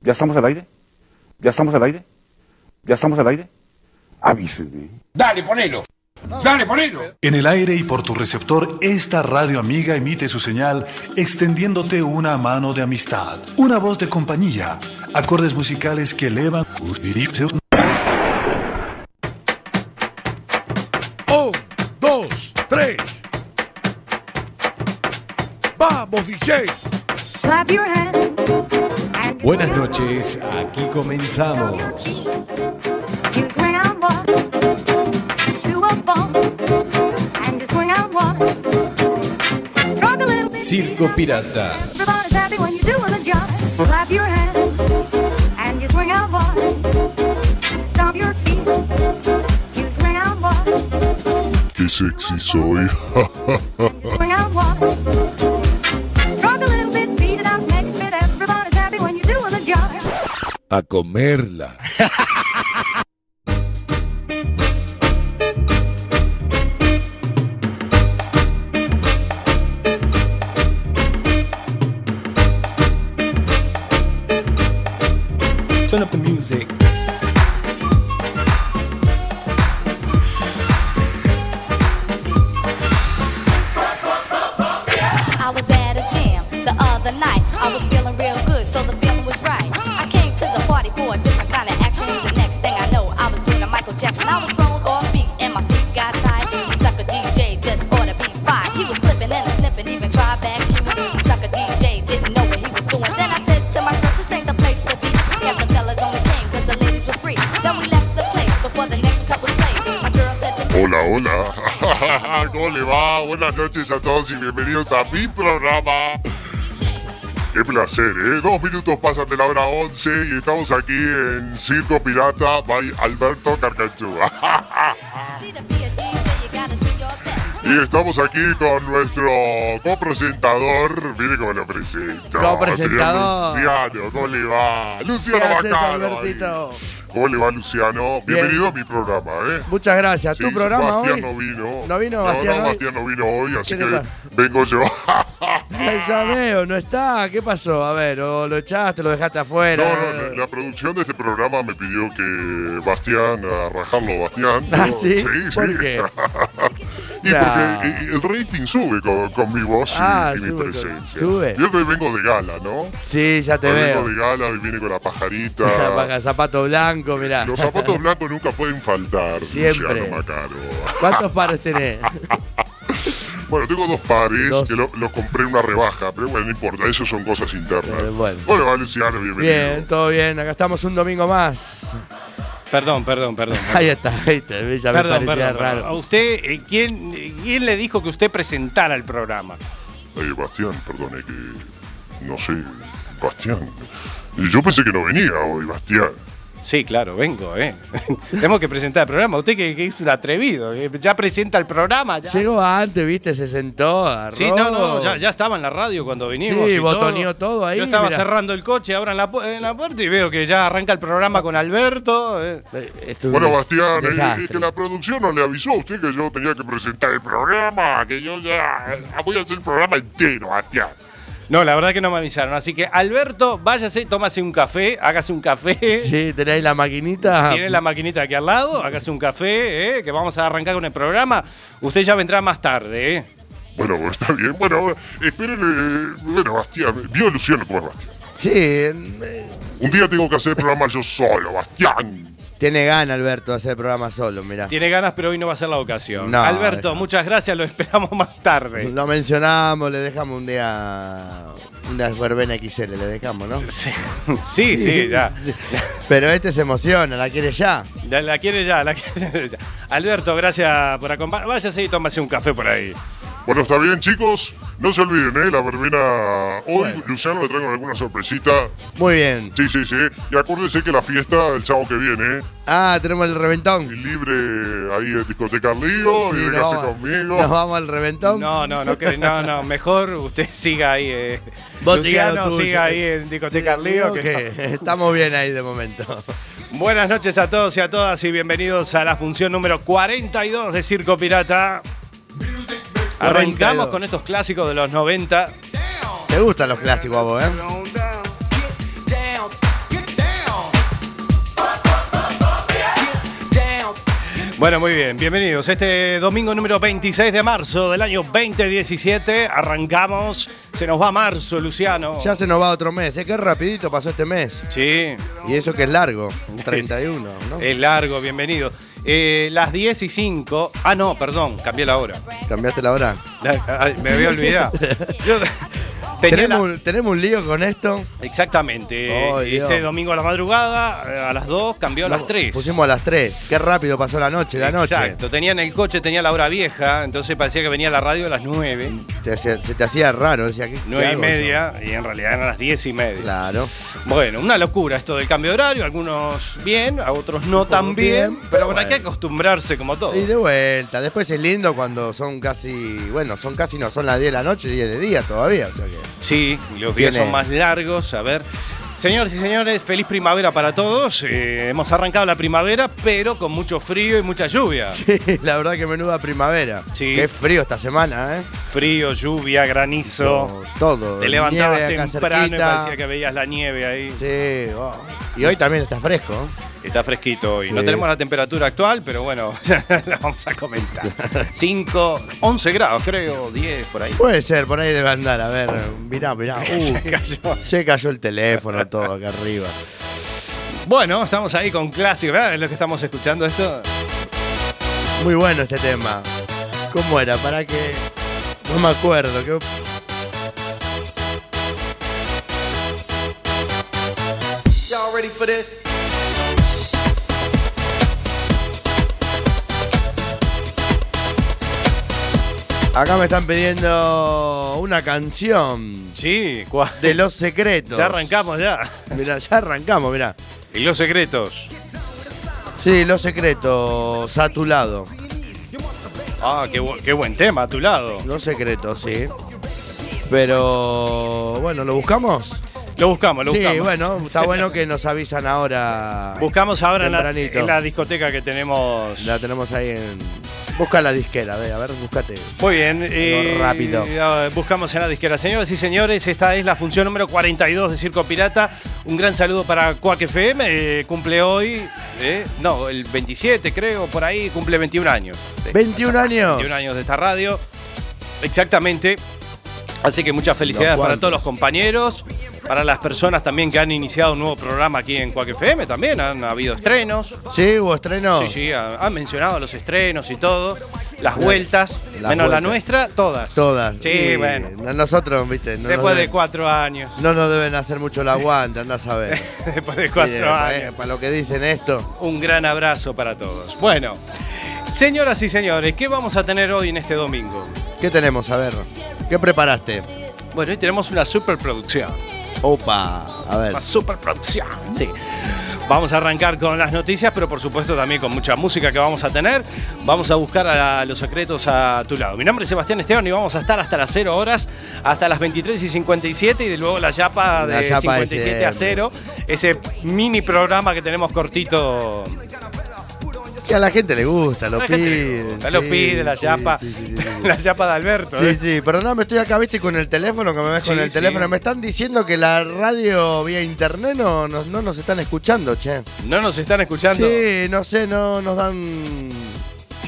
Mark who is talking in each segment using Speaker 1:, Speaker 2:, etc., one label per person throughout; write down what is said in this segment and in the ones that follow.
Speaker 1: ¿Ya estamos al aire? ¿Ya estamos al aire? ¿Ya estamos al aire? Avísenme.
Speaker 2: Dale, ponelo. Dale, ponelo.
Speaker 3: En el aire y por tu receptor, esta radio amiga emite su señal extendiéndote una mano de amistad, una voz de compañía, acordes musicales que elevan tus diripseos.
Speaker 4: Un, dos, tres. Vamos, DJ.
Speaker 5: Clap your hands. and
Speaker 6: Buenas noches, aquí comenzamos.
Speaker 5: You swing out one, two up one, and you swing out one. Rock a little bit.
Speaker 6: Circo Pirata.
Speaker 5: Everybody's happy when you're doing the job. Clap your hands and you swing out one. Stomp your feet. You swing out one,
Speaker 7: Qué sexy soy.
Speaker 5: swing out one. Rock a little bit, beat it out, make it fit. Everybody's happy when you're doing the job.
Speaker 2: A comerla.
Speaker 6: Turn up the music.
Speaker 8: I was at a gym the other night. I was feeling real good, so the feeling was right. I came to the party for a different kind of action. The next thing I know, I was doing a Michael Jackson. I was thrown off beat and my feet got tied. The sucker DJ just ordered beat five. He was flipping and snipping, even try back you. The sucker DJ didn't know what he was doing. Then I said to my girls, this ain't the place to be. And the fellas only came 'cause the ladies were free. Then we left the place before the next couple played. My girl said to me,
Speaker 7: Hola, hola. ¿Cómo le va? Buenas noches a todos y bienvenidos a mi programa. Qué placer, ¿eh? Dos minutos pasan de la hora 11 y estamos aquí en Circo Pirata by Alberto Carcachúa.
Speaker 8: "See to be a DJ, you gotta do your best."
Speaker 7: Y estamos aquí con nuestro copresentador. Mire cómo lo presento. Señor
Speaker 9: Copresentador.
Speaker 7: Luciano, ¿cómo le va?
Speaker 9: ¿Qué
Speaker 7: Luciano
Speaker 9: haces,
Speaker 7: Bacano,
Speaker 9: Albertito?
Speaker 7: ahí. ¿Cómo le va, Luciano?
Speaker 9: Bien.
Speaker 7: Bienvenido a mi programa, ¿eh?
Speaker 9: Muchas gracias. ¿Tu
Speaker 7: Sí,
Speaker 9: programa
Speaker 7: Bastián
Speaker 9: hoy?
Speaker 7: no vino.
Speaker 9: ¿No vino
Speaker 7: no,
Speaker 9: Bastián
Speaker 7: no,
Speaker 9: hoy?
Speaker 7: Bastián no vino hoy, así
Speaker 9: ¿Qué le
Speaker 7: que
Speaker 9: pasa?
Speaker 7: vengo yo.
Speaker 9: Ay, ya veo, no está. ¿Qué pasó? A ver, o lo echaste, lo dejaste afuera.
Speaker 7: No, no, la, la producción de este programa me pidió que Bastián, a rajarlo Bastián.
Speaker 9: ¿Ah,
Speaker 7: Yo-
Speaker 9: sí?
Speaker 7: Sí,
Speaker 9: ¿Por
Speaker 7: sí.
Speaker 9: qué?
Speaker 7: y
Speaker 9: Nah.
Speaker 7: porque eh, el rating sube con, con mi voz y-
Speaker 9: Ah,
Speaker 7: y, mi
Speaker 9: sube con-
Speaker 7: presencia.
Speaker 9: sube.
Speaker 7: Yo hoy vengo de gala, ¿no?
Speaker 9: Sí, ya te
Speaker 7: Hoy
Speaker 9: veo.
Speaker 7: vengo de gala, hoy viene con la pajarita.
Speaker 9: Paga zapato blanco, mirá.
Speaker 7: Los zapatos blancos nunca pueden faltar,
Speaker 9: Siempre.
Speaker 7: Luciano Macaro.
Speaker 9: ¿Cuántos pares tenés?
Speaker 7: Bueno, tengo dos pares
Speaker 9: Dos.
Speaker 7: que lo- los compré en una rebaja, pero bueno, no importa, eso son cosas internas.
Speaker 9: Eh, bueno.
Speaker 7: Hola, Valenciano, bienvenido.
Speaker 9: Bien, todo bien. Acá estamos un domingo más.
Speaker 10: Perdón, perdón, perdón.
Speaker 9: Ahí está, viste. Ya me
Speaker 10: Perdón,
Speaker 9: parecía
Speaker 10: perdón,
Speaker 9: raro.
Speaker 10: perdón. A usted, eh, ¿quién, eh, ¿quién le dijo que usted presentara el programa?
Speaker 7: Eh, Bastián, perdone que. No sé, Bastián. Y Yo pensé que no venía hoy, Bastián.
Speaker 10: Sí, claro, vengo, ¿eh? Tenemos que presentar el programa. Usted que, que es un atrevido, eh, ya presenta el programa. Ya.
Speaker 9: Llegó antes, viste, se sentó. agarró.
Speaker 10: Sí, no, no, ya, ya estaba en la radio cuando vinimos.
Speaker 9: Sí,
Speaker 10: y
Speaker 9: botoneó todo ahí,
Speaker 10: Yo estaba
Speaker 9: mirá.
Speaker 10: cerrando el coche, abran la, pu- en la puerta y veo que ya arranca el programa con Alberto. eh.
Speaker 9: Eh, esto es
Speaker 7: Bueno,
Speaker 9: un
Speaker 7: Bastián, eh,
Speaker 9: desastre.
Speaker 7: es que la producción no le avisó a usted que yo tenía que presentar el programa, que yo ya. Voy a hacer el programa entero, Bastián.
Speaker 10: No, la verdad que no me avisaron. Así que, Alberto, váyase, tómase un café, hágase un café.
Speaker 9: Sí, tenés la maquinita.
Speaker 10: Tiene la maquinita aquí al lado, hágase un café, eh, que vamos a arrancar con el programa. Usted ya vendrá más tarde, ¿eh?
Speaker 7: Bueno, está bien. Bueno, esperen. eh, bueno, Bastián, vio a Luciano como Bastián.
Speaker 9: Sí, eh,
Speaker 7: Un día tengo que hacer el programa yo solo, Bastián.
Speaker 9: tiene gana Alberto de hacer el programa solo, mirá.
Speaker 10: Tiene ganas, pero hoy no va a ser la ocasión.
Speaker 9: No,
Speaker 10: Alberto,
Speaker 9: deja.
Speaker 10: muchas gracias, lo esperamos más tarde.
Speaker 9: Lo mencionamos, le dejamos un día una verbena XL, le dejamos, ¿no?
Speaker 10: Sí, sí, sí, ya.
Speaker 9: Sí. Pero este se emociona, la quiere ya.
Speaker 10: La, la quiere ya, la quiere ya. Alberto, gracias por acompañar. Váyase y tómase un café por ahí.
Speaker 7: Bueno, está bien, chicos. No se olviden, ¿eh? La verbena. Hoy, Luciano, le traigo alguna sorpresita.
Speaker 9: Muy bien.
Speaker 7: Sí, sí, sí. Y acuérdense que la fiesta el sábado que viene, ¿eh?
Speaker 9: Ah, tenemos el
Speaker 7: Y
Speaker 9: reventón.
Speaker 7: libre ahí en Discoteca Río.
Speaker 9: Sí,
Speaker 7: y
Speaker 9: nos,
Speaker 7: véngase
Speaker 9: vamos,
Speaker 7: conmigo.
Speaker 9: nos vamos al reventón.
Speaker 10: No, no, no, que- no, no, mejor usted siga ahí. Eh.
Speaker 9: Vos siga lo
Speaker 10: Luciano,
Speaker 9: tuyo.
Speaker 10: siga ahí en Discoteca
Speaker 9: Sí,
Speaker 10: Lío.
Speaker 9: digo
Speaker 10: que no.
Speaker 9: que Estamos bien ahí de momento.
Speaker 10: Buenas noches a todos y a todas y bienvenidos a la función número 42 de Circo Pirata. Arrancamos
Speaker 9: 42.
Speaker 10: con estos clásicos de los 90.
Speaker 9: Te gustan los clásicos a vos, ¿eh?
Speaker 10: Bueno, muy bien, bienvenidos. Este domingo número 26 de marzo del año 2017 arrancamos. Se nos va marzo, Luciano.
Speaker 9: Ya se nos va otro mes, ¿eh? Qué rapidito pasó este mes.
Speaker 10: Sí.
Speaker 9: Y eso que es largo, 31, ¿no?
Speaker 10: Es largo, bienvenido. Eh, las 10 y 5. Ah, no, perdón, cambié la hora.
Speaker 9: ¿Cambiaste la hora?
Speaker 10: Ay, Me había olvidado. Yo tenía
Speaker 9: ¿Tenemos,
Speaker 10: la-
Speaker 9: un, tenemos un lío con esto.
Speaker 10: Exactamente.
Speaker 9: Ay, Oh, Dios.
Speaker 10: este domingo a la madrugada, eh, a las 2, cambió a las 3.
Speaker 9: Pusimos a las 3. Qué rápido pasó la noche, la noche.
Speaker 10: Exacto, tenía en el coche, tenía la hora vieja, entonces parecía que venía la radio a las 9,
Speaker 9: Te hacía- se te hacía raro. Decía, ¿qué- qué
Speaker 10: 9 y
Speaker 9: hago yo?
Speaker 10: media, y en realidad eran las 10 y media.
Speaker 9: Claro.
Speaker 10: Bueno, una locura esto del cambio de horario, algunos bien, a otros no tan bien,
Speaker 9: bien,
Speaker 10: pero
Speaker 9: pero
Speaker 10: bueno, hay que
Speaker 9: bueno.
Speaker 10: acostumbrarse como todo.
Speaker 9: Y de vuelta. Después es lindo cuando son casi. Bueno, son casi no, son las 10 de la noche, 10 de día todavía. O sea que.
Speaker 10: Sí, los días
Speaker 9: Viene.
Speaker 10: son más largos, a ver. Señoras y señores, feliz primavera para todos. Eh, hemos arrancado la primavera, pero con mucho frío y mucha lluvia.
Speaker 9: Sí, la verdad que menuda primavera.
Speaker 10: Sí.
Speaker 9: Qué frío esta semana, ¿eh?
Speaker 10: Frío, lluvia, granizo.
Speaker 9: Todo.
Speaker 10: Te levantabas
Speaker 9: nieve acá
Speaker 10: temprano y
Speaker 9: cerquita.
Speaker 10: parecía que veías la nieve ahí.
Speaker 9: Sí, wow. Y hoy también está fresco. ¿eh?
Speaker 10: Está fresquito hoy. No
Speaker 9: Sí.
Speaker 10: tenemos la temperatura actual, pero bueno, la vamos a comentar. 5, 11 grados, creo, 10 por ahí.
Speaker 9: Puede ser, por ahí debe andar. A ver, mirá, mirá. Uh,
Speaker 10: Se cayó.
Speaker 9: se cayó el teléfono todo acá arriba.
Speaker 10: Bueno, estamos ahí con clásicos, ¿verdad? Es lo que estamos escuchando esto.
Speaker 9: Muy bueno este tema. ¿Cómo era? ¿Para que No me acuerdo. ¿qué- Acá me están pidiendo una canción
Speaker 10: Sí, cua-
Speaker 9: de Los Secretos.
Speaker 10: ya arrancamos ya.
Speaker 9: Mirá, ya arrancamos, mirá.
Speaker 10: Y los secretos.
Speaker 9: Sí, Los Secretos, a tu lado.
Speaker 10: Ah, qué, bu- qué buen tema, a tu lado.
Speaker 9: Los Secretos, sí. Pero bueno, ¿lo buscamos?
Speaker 10: Lo buscamos, Pues lo
Speaker 9: sí,
Speaker 10: buscamos.
Speaker 9: bueno, está bueno que nos avisan ahora.
Speaker 10: Buscamos ahora en la,
Speaker 9: Tempranito.
Speaker 10: en la discoteca que tenemos.
Speaker 9: La tenemos ahí en. Busca la disquera, ve, a ver, búscate.
Speaker 10: Muy bien.
Speaker 9: rápido.
Speaker 10: ah, Buscamos en la disquera. Señoras y señores, esta es la función número 42 de Circo Pirata. Un gran saludo para Cuac FM. eh, cumple hoy, eh, no, el 27 creo, por ahí, cumple 21 años.
Speaker 9: 21 años.
Speaker 10: 21 años de esta radio. Exactamente. Así que muchas felicidades
Speaker 9: Los
Speaker 10: para
Speaker 9: guantes.
Speaker 10: todos los compañeros, para las personas también que han iniciado un nuevo programa aquí en Cuac FM. También han habido estrenos.
Speaker 9: Sí, hubo estreno.
Speaker 10: Sí, sí, ha- han mencionado los estrenos y todo, las vueltas,
Speaker 9: Las
Speaker 10: menos la
Speaker 9: vueltas.
Speaker 10: nuestra, todas.
Speaker 9: Todas.
Speaker 10: Sí, bueno.
Speaker 9: a Nosotros, viste. No
Speaker 10: Después
Speaker 9: nos
Speaker 10: de
Speaker 9: deben,
Speaker 10: cuatro años.
Speaker 9: No nos deben hacer mucho el aguante, andás a ver.
Speaker 10: Después de cuatro
Speaker 9: Sí, eh,
Speaker 10: años.
Speaker 9: Para lo que dicen esto.
Speaker 10: Un gran abrazo para todos. Bueno, señoras y señores, ¿qué vamos a tener hoy en este domingo?
Speaker 9: ¿Qué tenemos? A ver. ¿Qué preparaste?
Speaker 10: Bueno, hoy tenemos una superproducción.
Speaker 9: Opa. A ver.
Speaker 10: Una superproducción. Sí. Vamos a arrancar con las noticias, pero por supuesto también con mucha música que vamos a tener. Vamos a buscar a los secretos a tu lado. Mi nombre es Sebastián Esteban y vamos a estar hasta las 0 horas, hasta las 23 y 57 y de luego la yapa de
Speaker 9: La yapa
Speaker 10: 57 a
Speaker 9: ese-
Speaker 10: 0. Ese mini programa que tenemos cortito.
Speaker 9: Que a la gente le gusta, lo
Speaker 10: La gente le
Speaker 9: pide.
Speaker 10: gusta, lo pide la yapa.
Speaker 9: Sí, sí, sí, sí.
Speaker 10: La yapa de Alberto.
Speaker 9: Sí,
Speaker 10: ¿eh?
Speaker 9: sí, pero no, me estoy acá, viste, con el teléfono, que me ves con
Speaker 10: Sí,
Speaker 9: el
Speaker 10: sí.
Speaker 9: teléfono. Me están diciendo que la radio vía internet no, nos- no nos están escuchando, che.
Speaker 10: ¿No nos están escuchando?
Speaker 9: Sí, no sé, no nos dan...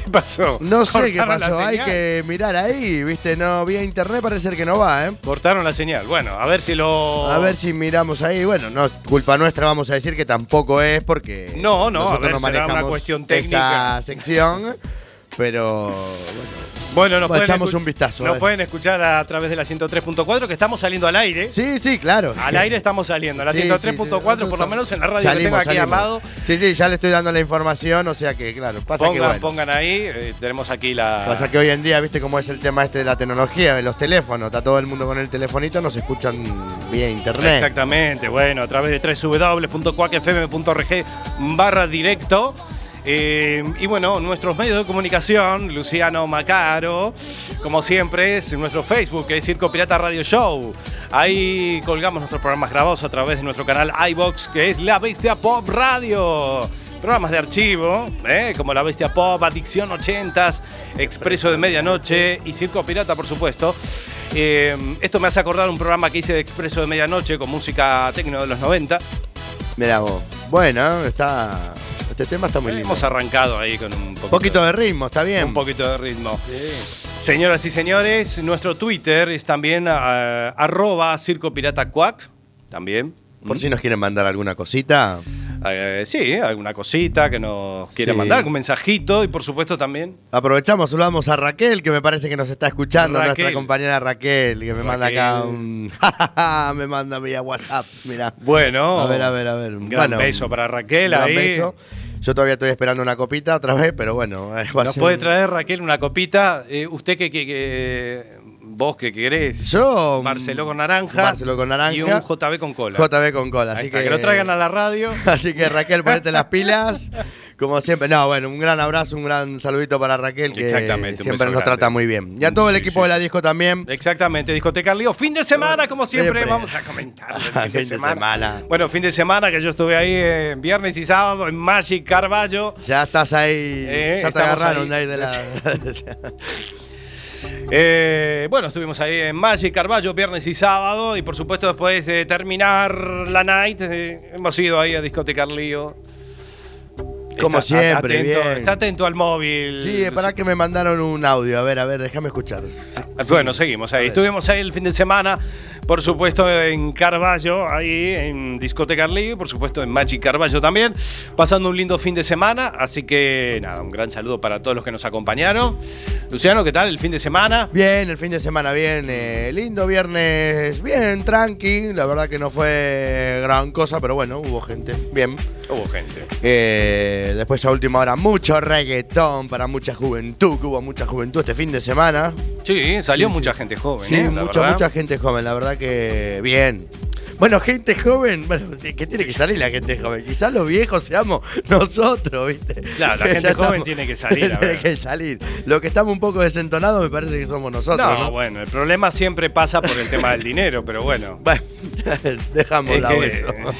Speaker 10: ¿Qué pasó?
Speaker 9: No sé qué
Speaker 10: Cortaron la
Speaker 9: pasó, hay
Speaker 10: señal.
Speaker 9: que mirar ahí, viste, no, vía internet parece ser que no va, ¿eh?
Speaker 10: Cortaron la señal. Bueno, a ver si lo.
Speaker 9: A ver si miramos ahí, bueno, no es culpa nuestra, vamos a decir que tampoco es porque...
Speaker 10: No, no, a
Speaker 9: nosotros
Speaker 10: ver, será una
Speaker 9: manejamos
Speaker 10: cuestión técnica.
Speaker 9: Esa sección, pero... bueno.
Speaker 10: Bueno, nos
Speaker 9: Bueno,
Speaker 10: pueden
Speaker 9: echamos
Speaker 10: escu-
Speaker 9: un vistazo,
Speaker 10: Nos
Speaker 9: eh.
Speaker 10: pueden escuchar a través de la 103.4, que estamos saliendo al aire.
Speaker 9: Sí, sí, claro.
Speaker 10: Al aire estamos saliendo. La
Speaker 9: Sí,
Speaker 10: 103.4,
Speaker 9: sí, sí.
Speaker 10: por lo menos en la radio que
Speaker 9: Salimos,
Speaker 10: tengo aquí al
Speaker 9: salimos.
Speaker 10: lado.
Speaker 9: Sí, sí, ya le estoy dando la información, o sea que, claro, pasa
Speaker 10: Pongan,
Speaker 9: que bueno.
Speaker 10: pongan ahí. eh, tenemos aquí la.
Speaker 9: Pasa que hoy en día, viste cómo es el tema este de la tecnología, de los teléfonos, está todo el mundo con el telefonito, nos escuchan vía internet.
Speaker 10: Exactamente, bueno, a través de www.cuacfm.org barra directo. Eh, y bueno, nuestros medios de comunicación, Luciano Macaro, como siempre, es nuestro Facebook, que es Circo Pirata Radio Show. Ahí colgamos nuestros programas grabados a través de nuestro canal iBox, que es La Bestia Pop Radio. Programas de archivo, ¿eh? como La Bestia Pop, Adicción 80s, Expreso de Medianoche y Circo Pirata, por supuesto. Eh, esto me hace acordar un programa que hice de Expreso de Medianoche con música tecno de los 90.
Speaker 9: Mirá vos. Bueno, está, está este tema está muy lindo.
Speaker 10: Hemos arrancado ahí con un poquito,
Speaker 9: Poquito de ritmo, está bien.
Speaker 10: Un poquito de ritmo. Señoras y señores, nuestro Twitter es también ah, arroba Circo Pirata Cuac. También.
Speaker 9: Por si nos quieren mandar alguna cosita.
Speaker 10: Eh, sí, alguna cosita que nos quiera
Speaker 9: Sí.
Speaker 10: mandar, algún mensajito y por supuesto también.
Speaker 9: Aprovechamos, saludamos a Raquel, que me parece que nos está escuchando,
Speaker 10: Raquel.
Speaker 9: nuestra compañera Raquel, que me manda acá
Speaker 10: Raquel.
Speaker 9: un. Ja, ja, ja, me manda vía WhatsApp, mira.
Speaker 10: Bueno,
Speaker 9: A ver, a ver, a ver.
Speaker 10: Un gran
Speaker 9: Bueno,
Speaker 10: beso para
Speaker 9: un
Speaker 10: Raquel
Speaker 9: gran
Speaker 10: ahí.
Speaker 9: beso. Yo todavía estoy esperando una copita otra vez, pero bueno. eh, va a
Speaker 10: Nos
Speaker 9: ser
Speaker 10: puede
Speaker 9: un-
Speaker 10: traer Raquel una copita. Eh, usted que, que- que- vos que querés.
Speaker 9: Yo. mm,
Speaker 10: Marcelo con naranja.
Speaker 9: Marcelo con naranja.
Speaker 10: Y un JB con cola.
Speaker 9: JB con cola,
Speaker 10: Ahí
Speaker 9: así
Speaker 10: está,
Speaker 9: que.
Speaker 10: que lo traigan a la radio.
Speaker 9: Así que Raquel, ponete las pilas. Como siempre, no, bueno, un gran abrazo, un gran saludito para Raquel, que
Speaker 10: Exactamente, un
Speaker 9: siempre
Speaker 10: beso
Speaker 9: nos
Speaker 10: grande.
Speaker 9: trata muy bien. Y a todo el
Speaker 10: Sí,
Speaker 9: equipo
Speaker 10: sí.
Speaker 9: de la disco también.
Speaker 10: Exactamente, discoteca Lío. Fin de semana, como siempre,
Speaker 9: Siempre.
Speaker 10: vamos a comentar. el
Speaker 9: Fin de semana.
Speaker 10: Bueno, fin de semana que yo estuve ahí eh, viernes y sábado en Magic Carballo.
Speaker 9: Ya estás ahí,
Speaker 10: Eh,
Speaker 9: ya te
Speaker 10: estamos
Speaker 9: agarraron
Speaker 10: ahí.
Speaker 9: ahí de la...
Speaker 10: Eh, bueno, estuvimos ahí en Magic Carballo viernes y sábado. Y por supuesto, después de terminar la night, eh, hemos ido ahí a discoteca Lío.
Speaker 9: Como
Speaker 10: Está at-
Speaker 9: siempre,
Speaker 10: atento,
Speaker 9: bien.
Speaker 10: Está atento al móvil.
Speaker 9: sí, para que me mandaron un audio, a ver, a ver, déjame escuchar. Sí,
Speaker 10: Ah, Bueno, seguimos ahí. Estuvimos ahí el fin de semana, por supuesto en Carballo, ahí en Discoteca Arlí, por supuesto en Magic Carballo también, pasando un lindo fin de semana. Así que nada, un gran saludo para todos los que nos acompañaron. Luciano, ¿qué tal el fin de semana?
Speaker 9: Bien, el fin de semana bien, eh, lindo viernes, bien, tranqui, la verdad que no fue gran cosa, pero bueno, hubo gente, bien.
Speaker 10: Hubo gente.
Speaker 9: Eh, después a última hora, mucho reggaetón para mucha juventud, que hubo mucha juventud este fin de semana.
Speaker 10: Sí, salió mucha gente joven,
Speaker 9: Sí,
Speaker 10: ¿eh? La
Speaker 9: mucha,
Speaker 10: verdad.
Speaker 9: mucha gente joven, la verdad que bien. Bueno, gente joven, bueno, que tiene que salir la gente joven. Quizás los viejos seamos nosotros, ¿viste?
Speaker 10: Claro, la
Speaker 9: Que
Speaker 10: gente
Speaker 9: ya
Speaker 10: joven tiene que salir, la
Speaker 9: tiene
Speaker 10: verdad.
Speaker 9: que salir. Lo que estamos un poco desentonados me parece que somos nosotros.
Speaker 10: No,
Speaker 9: No,
Speaker 10: bueno, el problema siempre pasa por el tema del dinero, pero bueno.
Speaker 9: Bueno, dejamos
Speaker 10: Es que-
Speaker 9: eso.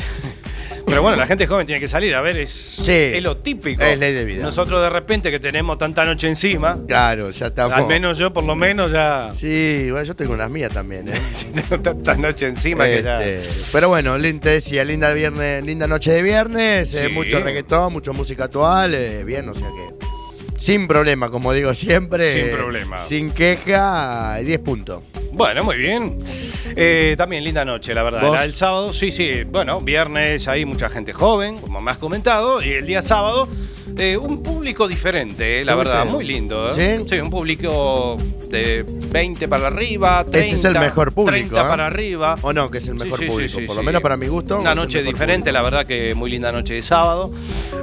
Speaker 10: Pero bueno, la gente joven tiene que salir, a ver, es,
Speaker 9: Sí.
Speaker 10: es lo típico.
Speaker 9: Es ley de vida.
Speaker 10: Nosotros de repente que tenemos tanta noche encima,
Speaker 9: Claro, ya estamos.
Speaker 10: Al menos yo, por lo menos, ya.
Speaker 9: Sí, bueno, yo tengo unas mías también, ¿eh?
Speaker 10: Tengo tanta noche encima que ya.
Speaker 9: Este, pero bueno, lin- te decía, linda viernes, linda noche de viernes, eh,
Speaker 10: Sí.
Speaker 9: mucho reggaetón, mucho música actual, eh, bien, o sea que sin problema, como digo siempre.
Speaker 10: Sin
Speaker 9: eh,
Speaker 10: problema.
Speaker 9: Sin queja, 10 puntos.
Speaker 10: Bueno, muy bien. Eh, también linda noche, la verdad.
Speaker 9: ¿Vos?
Speaker 10: Era el sábado, sí, sí. Bueno, viernes hay mucha gente joven, como me has comentado. Y el día sábado, eh, un público diferente, eh, la
Speaker 9: ¿Tuviste?
Speaker 10: verdad. Muy lindo. eh.
Speaker 9: ¿Sí?
Speaker 10: un público de 20 para arriba, 30.
Speaker 9: Ese es el mejor público,
Speaker 10: 30
Speaker 9: ¿eh?
Speaker 10: para arriba.
Speaker 9: O no, que es el
Speaker 10: Sí,
Speaker 9: mejor
Speaker 10: sí, sí,
Speaker 9: público,
Speaker 10: sí,
Speaker 9: por
Speaker 10: sí.
Speaker 9: lo menos para mi gusto. es
Speaker 10: Una
Speaker 9: el
Speaker 10: noche
Speaker 9: mejor
Speaker 10: diferente, la verdad que muy linda noche de sábado.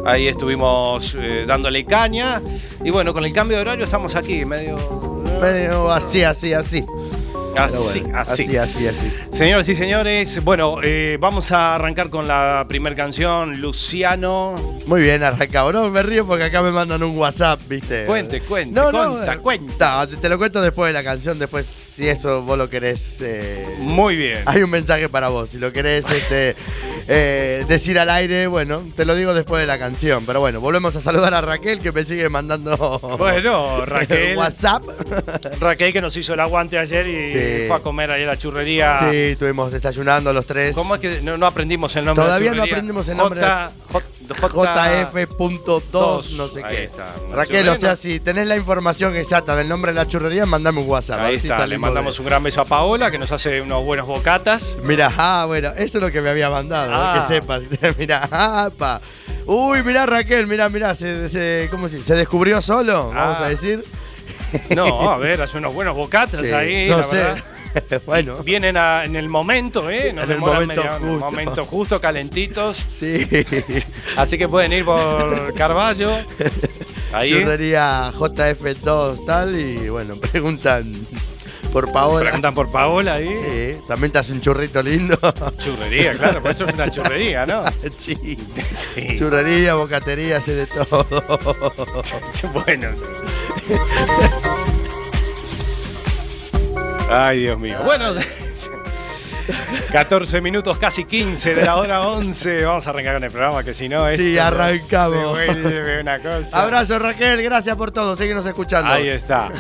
Speaker 10: Ahí estuvimos eh, dándole caña. Y bueno, con el cambio de horario estamos aquí, medio. eh,
Speaker 9: público. Medio así, así, así. Pero
Speaker 10: Así,
Speaker 9: bueno,
Speaker 10: así.
Speaker 9: así, así, así.
Speaker 10: Señoras y señores, bueno, eh, vamos a arrancar con la primera canción, Luciano.
Speaker 9: Muy bien, arrancado. No, me río porque acá me mandan un WhatsApp, ¿viste?
Speaker 10: Cuente, cuente, cuenta,
Speaker 9: eh,
Speaker 10: cuenta.
Speaker 9: Te, te lo cuento después de la canción, después, si eso vos lo querés. eh,
Speaker 10: Muy bien.
Speaker 9: Hay un mensaje para vos. Si lo querés este, eh, decir al aire, bueno, te lo digo después de la canción. Pero bueno, volvemos a saludar a Raquel que me sigue mandando.
Speaker 10: Bueno, Raquel.
Speaker 9: WhatsApp.
Speaker 10: Raquel que nos hizo el aguante ayer y
Speaker 9: Sí.
Speaker 10: fue a comer ahí a la churrería.
Speaker 9: Sí, estuvimos desayunando los tres.
Speaker 10: Ah. ¿Cómo es que no, no aprendimos el nombre?
Speaker 9: Todavía
Speaker 10: de la
Speaker 9: no
Speaker 10: churrería?
Speaker 9: aprendimos el nombre.
Speaker 10: J,
Speaker 9: JF.2, no sé
Speaker 10: Ahí
Speaker 9: qué.
Speaker 10: está.
Speaker 9: Raquel, o sea,
Speaker 10: Bueno.
Speaker 9: si tenés la información exacta del nombre de la churrería, mandame un WhatsApp.
Speaker 10: Ahí está, le mandamos un gran beso a Paola que nos hace unos buenos bocatas.
Speaker 9: Mirá, ah, bueno, eso es lo que me había mandado,
Speaker 10: Ah.
Speaker 9: que sepas. mirá, ah, pa. Uy, mirá Raquel, mirá, mirá, se, se- ¿cómo se dice? ¿Se descubrió solo? Vamos
Speaker 10: Ah.
Speaker 9: a decir.
Speaker 10: No, a ver, hace unos buenos bocatas
Speaker 9: Sí,
Speaker 10: ahí.
Speaker 9: no
Speaker 10: la
Speaker 9: sé.
Speaker 10: verdad.
Speaker 9: bueno,
Speaker 10: Vienen a- en el momento, ¿eh? No
Speaker 9: En el
Speaker 10: demoran
Speaker 9: momento
Speaker 10: media- en el
Speaker 9: justo.
Speaker 10: momento justo, calentitos.
Speaker 9: sí.
Speaker 10: Así que pueden ir por Carballo. Ahí.
Speaker 9: Churrería JF2 tal y bueno, preguntan por Paola.
Speaker 10: Preguntan por Paola ahí.
Speaker 9: Sí, también te hace un churrito lindo.
Speaker 10: Churrería, claro, por eso es una churrería, ¿no?
Speaker 9: sí.
Speaker 10: Sí.
Speaker 9: Churrería, bocatería, hace de todo.
Speaker 10: bueno. Ay, Dios mío. Bueno, 14 minutos, casi 15 de la hora 11. Vamos a arrancar con el programa, que si no es.
Speaker 9: Sí, arrancamos.
Speaker 10: Se vuelve una cosa.
Speaker 9: Abrazo Raquel, gracias por todo, síguenos escuchando.
Speaker 10: Ahí está.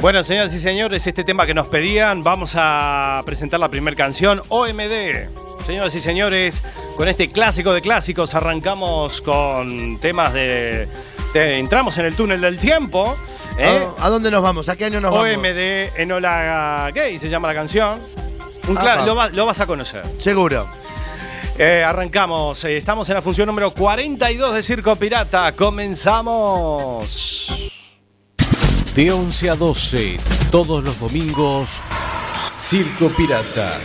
Speaker 10: Bueno, señoras y señores, este tema que nos pedían, vamos a presentar la primera canción, OMD. Señoras y señores, con este clásico de clásicos arrancamos con temas de... te- entramos en el túnel del tiempo. ¿eh?
Speaker 9: Ah,
Speaker 11: ¿A dónde nos vamos? ¿A qué año nos vamos?
Speaker 10: OMD Enola Gay se llama la canción. Un cla-
Speaker 11: Ajá.
Speaker 10: lo, va- lo vas a conocer.
Speaker 11: Seguro.
Speaker 10: Eh, arrancamos. eh, estamos en la función número 42 de Circo Pirata. Comenzamos.
Speaker 12: De 11 a 12, todos los domingos, Circo Pirata.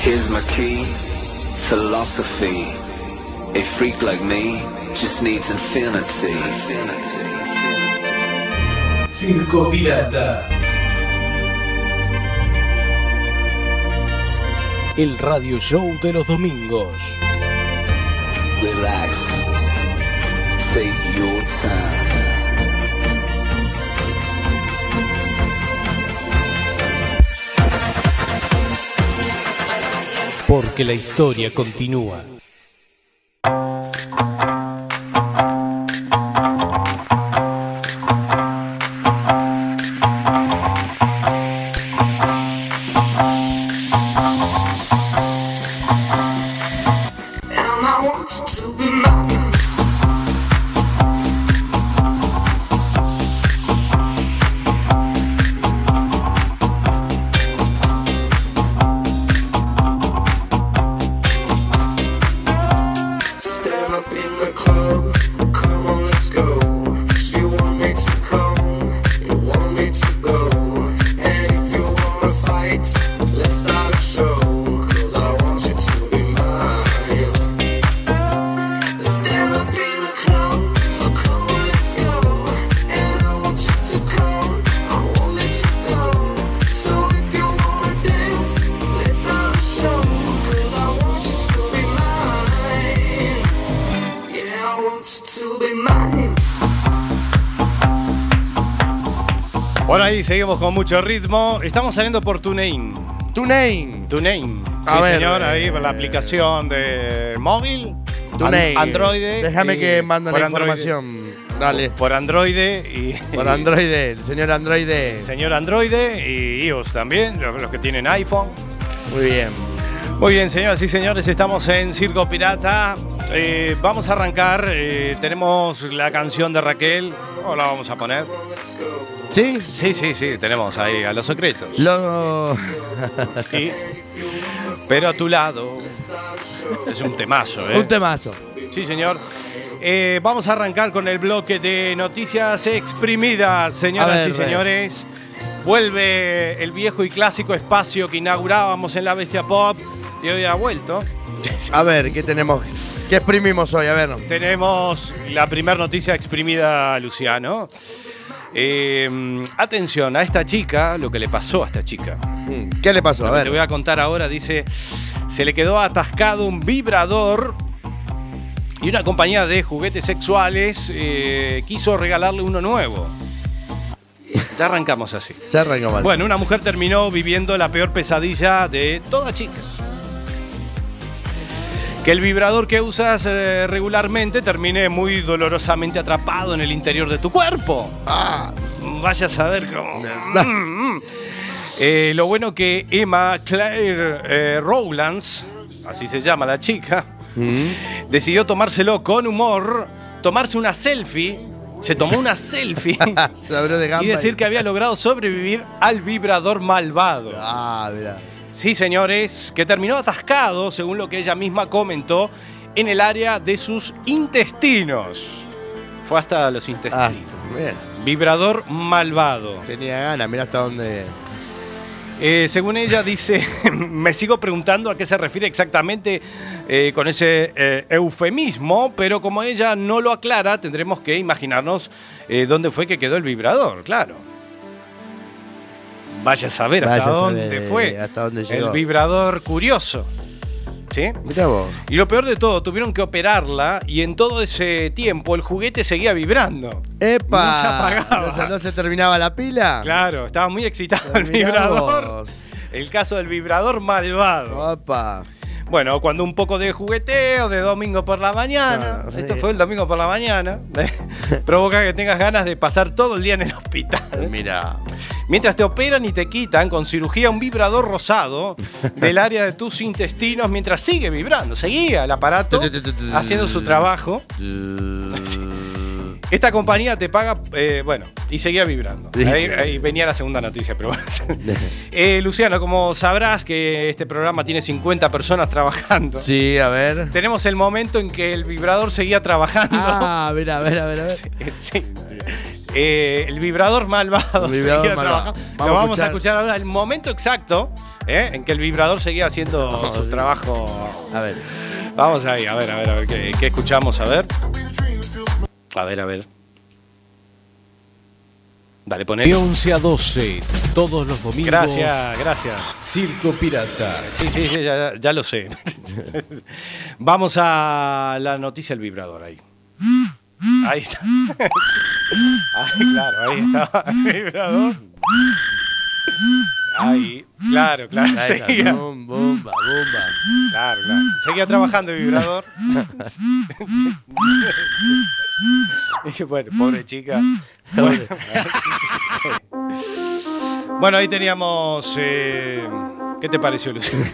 Speaker 9: Here's my key, philosophy. A freak like me just needs infinity.
Speaker 12: Circo Pirata. El radio show de los domingos.
Speaker 9: Relax. Take your time.
Speaker 12: Porque la historia continúa.
Speaker 10: Por ahí seguimos con mucho ritmo. Estamos saliendo por TuneIn.
Speaker 9: TuneIn.
Speaker 10: TuneIn.
Speaker 9: A
Speaker 10: sí,
Speaker 9: ver,
Speaker 10: señor,
Speaker 9: eh,
Speaker 10: ahí la aplicación de móvil.
Speaker 9: TuneIn.
Speaker 10: An- Android.
Speaker 9: Déjame
Speaker 10: y-
Speaker 9: que manden
Speaker 10: por
Speaker 9: la
Speaker 10: Android.
Speaker 9: información. Dale.
Speaker 10: Por Android y.
Speaker 9: Por Android, el señor Android.
Speaker 10: Señor Android y iOS también, los los que tienen iPhone.
Speaker 9: Muy bien.
Speaker 10: Muy bien, señoras y señores, estamos en Circo Pirata. Eh, vamos a arrancar. eh, tenemos la canción de Raquel. ¿O la vamos a poner?
Speaker 9: ¿Sí?
Speaker 10: Sí, sí, sí. Tenemos ahí a los secretos.
Speaker 9: Lo.
Speaker 10: Sí. Pero a tu lado. Es un temazo, ¿eh?
Speaker 9: Un temazo.
Speaker 10: Sí, señor. Eh, vamos a arrancar con el bloque de noticias exprimidas, señoras
Speaker 9: A ver,
Speaker 10: y
Speaker 9: Rey.
Speaker 10: señores. Vuelve el viejo y clásico espacio que inaugurábamos en la Bestia Pop y hoy ha vuelto.
Speaker 9: A ver, ¿qué tenemos? ¿Qué exprimimos hoy? A ver.
Speaker 10: Tenemos la primera noticia exprimida, Luciano. Eh, atención a esta chica, lo que le pasó a esta chica.
Speaker 9: ¿Qué le pasó? A
Speaker 10: Lo que Te voy
Speaker 9: ver.
Speaker 10: a contar ahora, dice, se le quedó atascado un vibrador y una compañía de juguetes sexuales eh, quiso regalarle uno nuevo. Ya arrancamos así.
Speaker 9: Ya arrancó mal.
Speaker 10: Bueno, una mujer terminó viviendo la peor pesadilla de toda chica. Que el vibrador que usas eh, regularmente termine muy dolorosamente atrapado en el interior de tu cuerpo. Vaya a saber cómo. Mm, mm. Eh, lo bueno que Emma Claire eh, Rowlands, así se llama la chica, decidió tomárselo con humor, tomarse una selfie. Se tomó una selfie
Speaker 9: Se abrió de gamba.
Speaker 10: y decir que había logrado sobrevivir al vibrador malvado.
Speaker 9: Ah, mira.
Speaker 10: Sí, señores, que terminó atascado, según lo que ella misma comentó, en el área de sus intestinos. Fue hasta los
Speaker 9: Ah,
Speaker 10: intestinos.
Speaker 9: bien.
Speaker 10: Vibrador malvado.
Speaker 9: Tenía ganas, mira hasta dónde.
Speaker 10: Eh, según ella dice, me sigo preguntando a qué se refiere exactamente eh, con ese eh, eufemismo, pero como ella no lo aclara, tendremos que imaginarnos eh, dónde fue que quedó el vibrador, claro. Vaya a saber
Speaker 9: Vaya
Speaker 10: hasta
Speaker 9: a saber
Speaker 10: dónde fue
Speaker 9: hasta dónde
Speaker 10: el
Speaker 9: llegó.
Speaker 10: vibrador curioso. ¿Sí?
Speaker 9: Mira vos.
Speaker 10: Y lo peor de todo, tuvieron que operarla y en todo ese tiempo el juguete seguía vibrando.
Speaker 9: Ah. ¡Epa!
Speaker 10: No se apagaba.
Speaker 9: ¿No se, no se terminaba la pila?
Speaker 10: Claro, estaba muy excitado el
Speaker 9: Mirá
Speaker 10: vibrador.
Speaker 9: vos.
Speaker 10: El caso del vibrador malvado.
Speaker 9: Opa.
Speaker 10: Bueno, cuando un poco de jugueteo de domingo por la mañana,
Speaker 9: Claro, Ah, sí.
Speaker 10: esto fue el domingo por la mañana, ¿eh? provoca que tengas ganas de pasar todo el día en el hospital.
Speaker 9: Ah, Mira.
Speaker 10: Mientras te operan y te quitan con cirugía un vibrador rosado del área de tus intestinos mientras sigue vibrando, seguía el aparato haciendo su trabajo. Esta compañía te paga, eh, bueno, y seguía vibrando. Ahí, ahí venía la segunda noticia, pero bueno. Eh, Luciano, como sabrás que este programa tiene 50 personas trabajando,
Speaker 9: Sí, a ver.
Speaker 10: tenemos el momento en que el vibrador seguía trabajando.
Speaker 9: Ah, mira, a ver, a ver, a ver.
Speaker 10: Sí. Eh, el vibrador malvado
Speaker 9: El vibrador
Speaker 10: seguía
Speaker 9: malvado.
Speaker 10: trabajando.
Speaker 9: Vamos
Speaker 10: Lo
Speaker 9: a
Speaker 10: vamos a
Speaker 9: escuchar.
Speaker 10: escuchar ahora, el momento exacto eh, en que el vibrador seguía haciendo su trabajo.
Speaker 9: A ver.
Speaker 10: Vamos ahí, a ver, a ver, a ver, ¿qué, qué escuchamos? A ver. A ver, a ver. Dale, poné.
Speaker 6: De 11 a 12, todos los domingos.
Speaker 10: Gracias, gracias.
Speaker 6: Circo Pirata.
Speaker 10: Sí, sí, sí, ya, ya lo sé. Vamos a la noticia del vibrador ahí. Ahí está. Ahí, claro, ahí está. El vibrador. Ahí, claro, claro.
Speaker 9: Ahí está.
Speaker 10: Seguía,
Speaker 9: Bum, bumba, bumba.
Speaker 10: claro, claro. Seguía trabajando el vibrador. Y bueno, pobre chica. Bueno, Bueno, ahí teníamos. eh, ¿Qué te pareció, Luciano?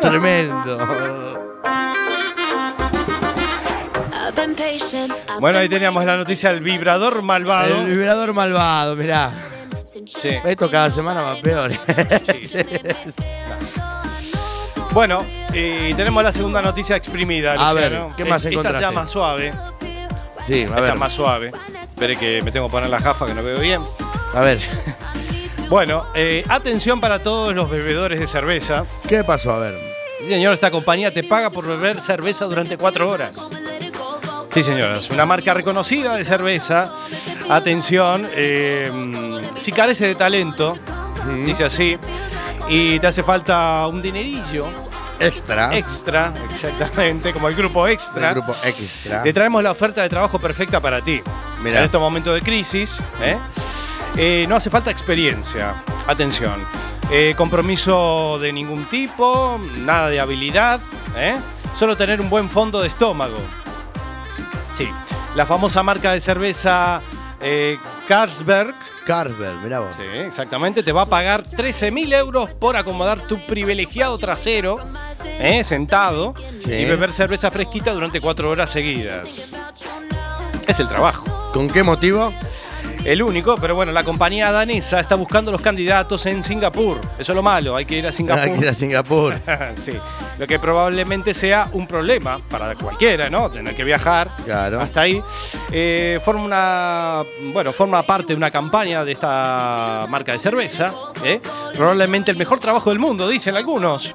Speaker 9: Tremendo.
Speaker 10: Bueno, ahí teníamos la noticia del vibrador malvado.
Speaker 9: El vibrador malvado, mirá.
Speaker 10: Sí.
Speaker 9: Esto cada semana va peor. ¿eh?
Speaker 10: Bueno, y tenemos la segunda noticia exprimida.
Speaker 9: A ver,
Speaker 10: Luciano.
Speaker 9: ¿qué más
Speaker 10: Es- Esta
Speaker 9: encontraste?
Speaker 10: ya más suave.
Speaker 9: sí, a
Speaker 10: Esta
Speaker 9: ver.
Speaker 10: más suave. Espere que me tengo que poner la jafa que no veo bien.
Speaker 9: A ver.
Speaker 10: Bueno, eh, atención para todos los bebedores de cerveza.
Speaker 9: ¿Qué pasó? A ver.
Speaker 10: Sí, señor, esta compañía te paga por beber cerveza durante cuatro horas. Sí, señoras, una marca reconocida de cerveza. Atención, eh, si carece de talento, dice así, y te hace falta un dinerillo
Speaker 9: Extra.
Speaker 10: Extra, exactamente, como el grupo Extra.
Speaker 9: Ah. El grupo Extra.
Speaker 10: Te traemos la oferta de trabajo perfecta para ti.
Speaker 9: Mirá.
Speaker 10: En estos momentos de crisis, ¿eh? Eh, no hace falta experiencia. Atención. Eh, compromiso de ningún tipo, nada de habilidad, ¿eh? solo tener un buen fondo de estómago. Sí. La famosa marca de cerveza eh, Carlsberg.
Speaker 9: Carlsberg, mirá vos.
Speaker 10: Sí, exactamente. Te va a pagar 13.000 euros por acomodar tu privilegiado trasero ¿eh? sentado
Speaker 9: Sí.
Speaker 10: y beber cerveza fresquita durante cuatro horas seguidas. Es el trabajo.
Speaker 9: ¿Con qué motivo?
Speaker 10: El único, pero bueno, la compañía danesa está buscando los candidatos en Singapur. Eso es lo malo, hay que ir a Singapur.
Speaker 9: Hay que ir a Singapur.
Speaker 10: sí, lo que probablemente sea un problema para cualquiera, ¿no? Tener que viajar
Speaker 9: Claro.
Speaker 10: hasta ahí. Eh, forma una, bueno, forma parte de una campaña de esta marca de cerveza. ¿eh? Probablemente el mejor trabajo del mundo, dicen algunos.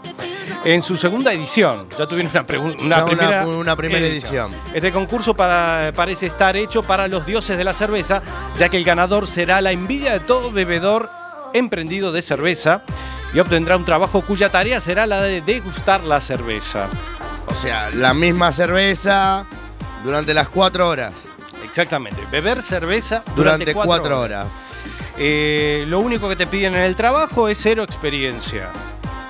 Speaker 10: En su segunda edición, ya tuvieron una, pregun- una
Speaker 9: Ya una-
Speaker 10: primera,
Speaker 9: una primera edición.
Speaker 10: Este concurso para- parece estar hecho para los dioses de la cerveza, ya que el ganador será la envidia de todo bebedor emprendido de cerveza y obtendrá un trabajo cuya tarea será la de degustar la cerveza.
Speaker 9: O sea, la misma cerveza durante las cuatro horas.
Speaker 10: Exactamente, beber cerveza
Speaker 9: Durante, cuatro horas.
Speaker 10: Eh, lo único que te piden en el trabajo es cero experiencia.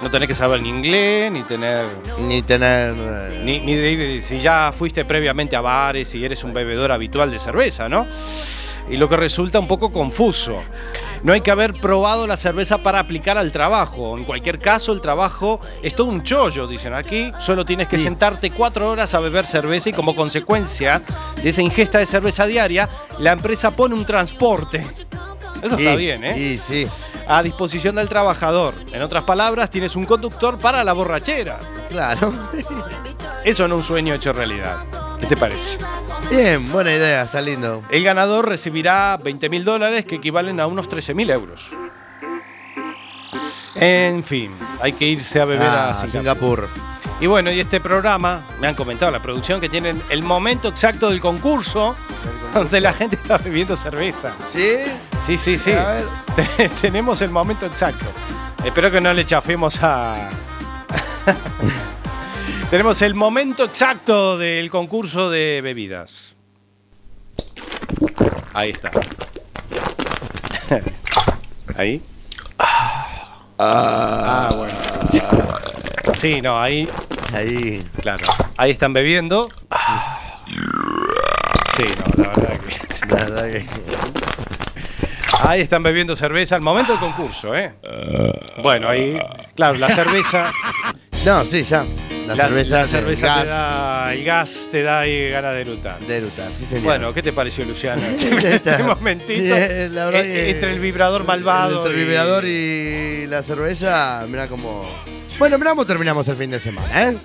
Speaker 10: No tenés que saber ni inglés, ni tener.
Speaker 9: Ni tener. eh,
Speaker 10: Ni, ni de ir- si ya fuiste previamente a bares y eres un bebedor habitual de cerveza, ¿no? Y lo que resulta un poco confuso. No hay que haber probado la cerveza para aplicar al trabajo. En cualquier caso, el trabajo es todo un chollo, dicen aquí. Solo tienes que
Speaker 9: Sí.
Speaker 10: sentarte cuatro horas a beber cerveza y como consecuencia de esa ingesta de cerveza diaria, la empresa pone un transporte. Eso
Speaker 9: y-
Speaker 10: está bien, ¿eh?
Speaker 9: Y sí,
Speaker 10: a disposición del trabajador. En otras palabras, tienes un conductor para la borrachera.
Speaker 9: claro.
Speaker 10: Eso no es un sueño hecho realidad. ¿Qué te parece?
Speaker 9: Bien, buena idea, está lindo.
Speaker 10: El ganador recibirá 20 mil dólares que equivalen a unos 13 mil euros. En fin, hay que irse a beber
Speaker 9: Ah,
Speaker 10: a Singapur.
Speaker 9: Singapur.
Speaker 10: Y bueno, y este programa, me han comentado la producción que tienen el momento exacto del concurso donde la gente está bebiendo cerveza.
Speaker 9: ¿Sí?
Speaker 10: Sí, sí, sí.
Speaker 9: A ver.
Speaker 10: Tenemos el momento exacto. Espero que no le chafemos a. Tenemos el momento exacto del concurso de bebidas. Ahí está. ahí. Ah, bueno. Sí, no, ahí,
Speaker 9: Ahí.
Speaker 10: claro. Ahí están bebiendo. Sí, no, la verdad que.
Speaker 9: La verdad que.
Speaker 10: Ahí están bebiendo cerveza al momento del concurso, ¿eh? Bueno, ahí, claro, la cerveza.
Speaker 9: No, sí, ya. La, cerveza,
Speaker 10: la
Speaker 9: de
Speaker 10: cerveza
Speaker 9: gas
Speaker 10: te da. El gas te da ahí ganas de lutar.
Speaker 9: de Lutar. Sí, señor.
Speaker 10: Bueno, ¿qué te pareció, Luciano?
Speaker 9: Está.
Speaker 10: este momentito.
Speaker 9: Sí, la verdad
Speaker 10: eh,
Speaker 9: que-
Speaker 10: entre el vibrador malvado.
Speaker 9: Entre el
Speaker 10: y-
Speaker 9: vibrador y la cerveza, mira como. Bueno, mirá cómo terminamos el fin de semana, ¿eh?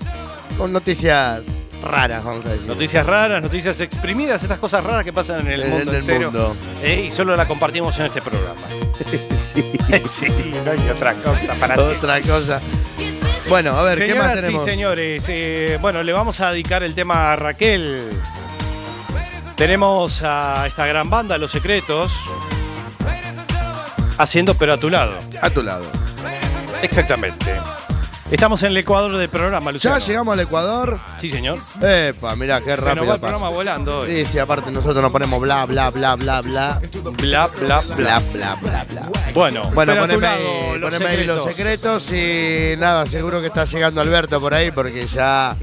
Speaker 9: Con noticias raras, vamos a decir.
Speaker 10: Noticias raras, noticias exprimidas, estas cosas raras que pasan en el
Speaker 9: En
Speaker 10: mundo
Speaker 9: el
Speaker 10: entero.
Speaker 9: mundo.
Speaker 10: Eh, y solo la compartimos en este programa.
Speaker 9: sí,
Speaker 10: sí, no hay otra cosa para ti.
Speaker 9: otra cosa. Bueno, a ver, ¿qué más
Speaker 10: Señoras y
Speaker 9: tenemos?
Speaker 10: señores, eh, bueno, le vamos a dedicar el tema a Raquel. Tenemos a esta gran banda, Los Secretos, haciendo Pero a tu lado.
Speaker 9: A tu lado.
Speaker 10: Exactamente. Estamos en el Ecuador del programa,
Speaker 9: Ya
Speaker 10: Luciano.
Speaker 9: llegamos al Ecuador.
Speaker 10: Sí, señor.
Speaker 9: Epa, mirá, qué
Speaker 10: Se nos va
Speaker 9: rápido
Speaker 10: el programa
Speaker 9: pasa.
Speaker 10: volando hoy.
Speaker 9: Sí, sí, aparte nosotros nos ponemos bla, bla, bla, bla, bla.
Speaker 10: Bla, bla,
Speaker 9: Bla,
Speaker 10: bla.
Speaker 9: bla, bla, bla.
Speaker 10: Bueno, Pero
Speaker 9: Bueno,
Speaker 10: a tu
Speaker 9: poneme,
Speaker 10: lado,
Speaker 9: ahí,
Speaker 10: Los
Speaker 9: poneme ahí los
Speaker 10: Secretos.
Speaker 9: secretos y nada, seguro que está llegando Alberto por ahí porque ya,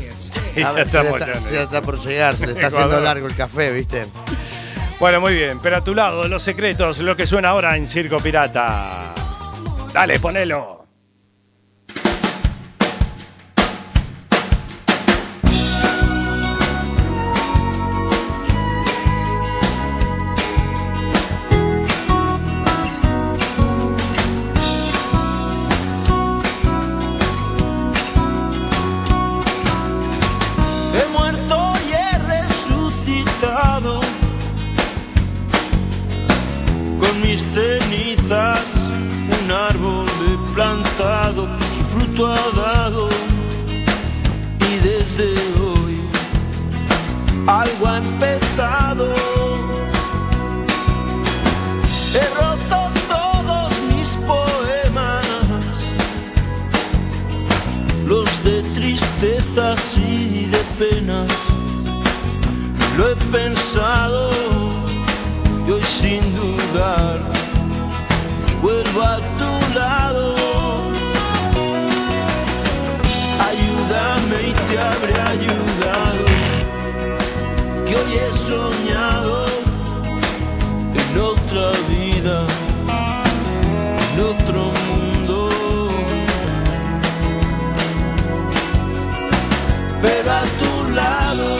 Speaker 10: Ya
Speaker 9: a ver,
Speaker 10: estamos
Speaker 9: ya, está,
Speaker 10: ya.
Speaker 9: ya está por llegar, se le está
Speaker 10: Ecuador.
Speaker 9: haciendo largo el café, ¿viste?
Speaker 10: Bueno, muy bien. Pero a tu lado, Los Secretos, lo que suena ahora en Circo Pirata. Dale, ponelo.
Speaker 13: He muerto y he resucitado con mis cenizas un árbol he plantado, su fruto ha dado y desde hoy algo ha empezado. He roto todos mis poemas, los detritos penas. Lo he pensado y hoy sin dudar vuelvo a tu lado. Ayúdame y te habré ayudado. Que hoy he soñado en otra vida, en otro mundo. pero a tu lado.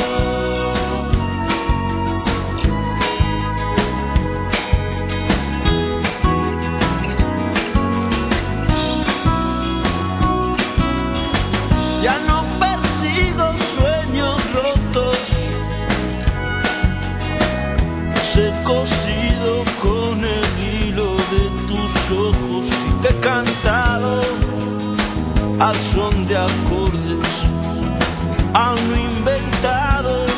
Speaker 13: Ya no persigo sueños rotos, los he cosido con el hilo de tus ojos y te he cantado al son de acordes aún no inventados.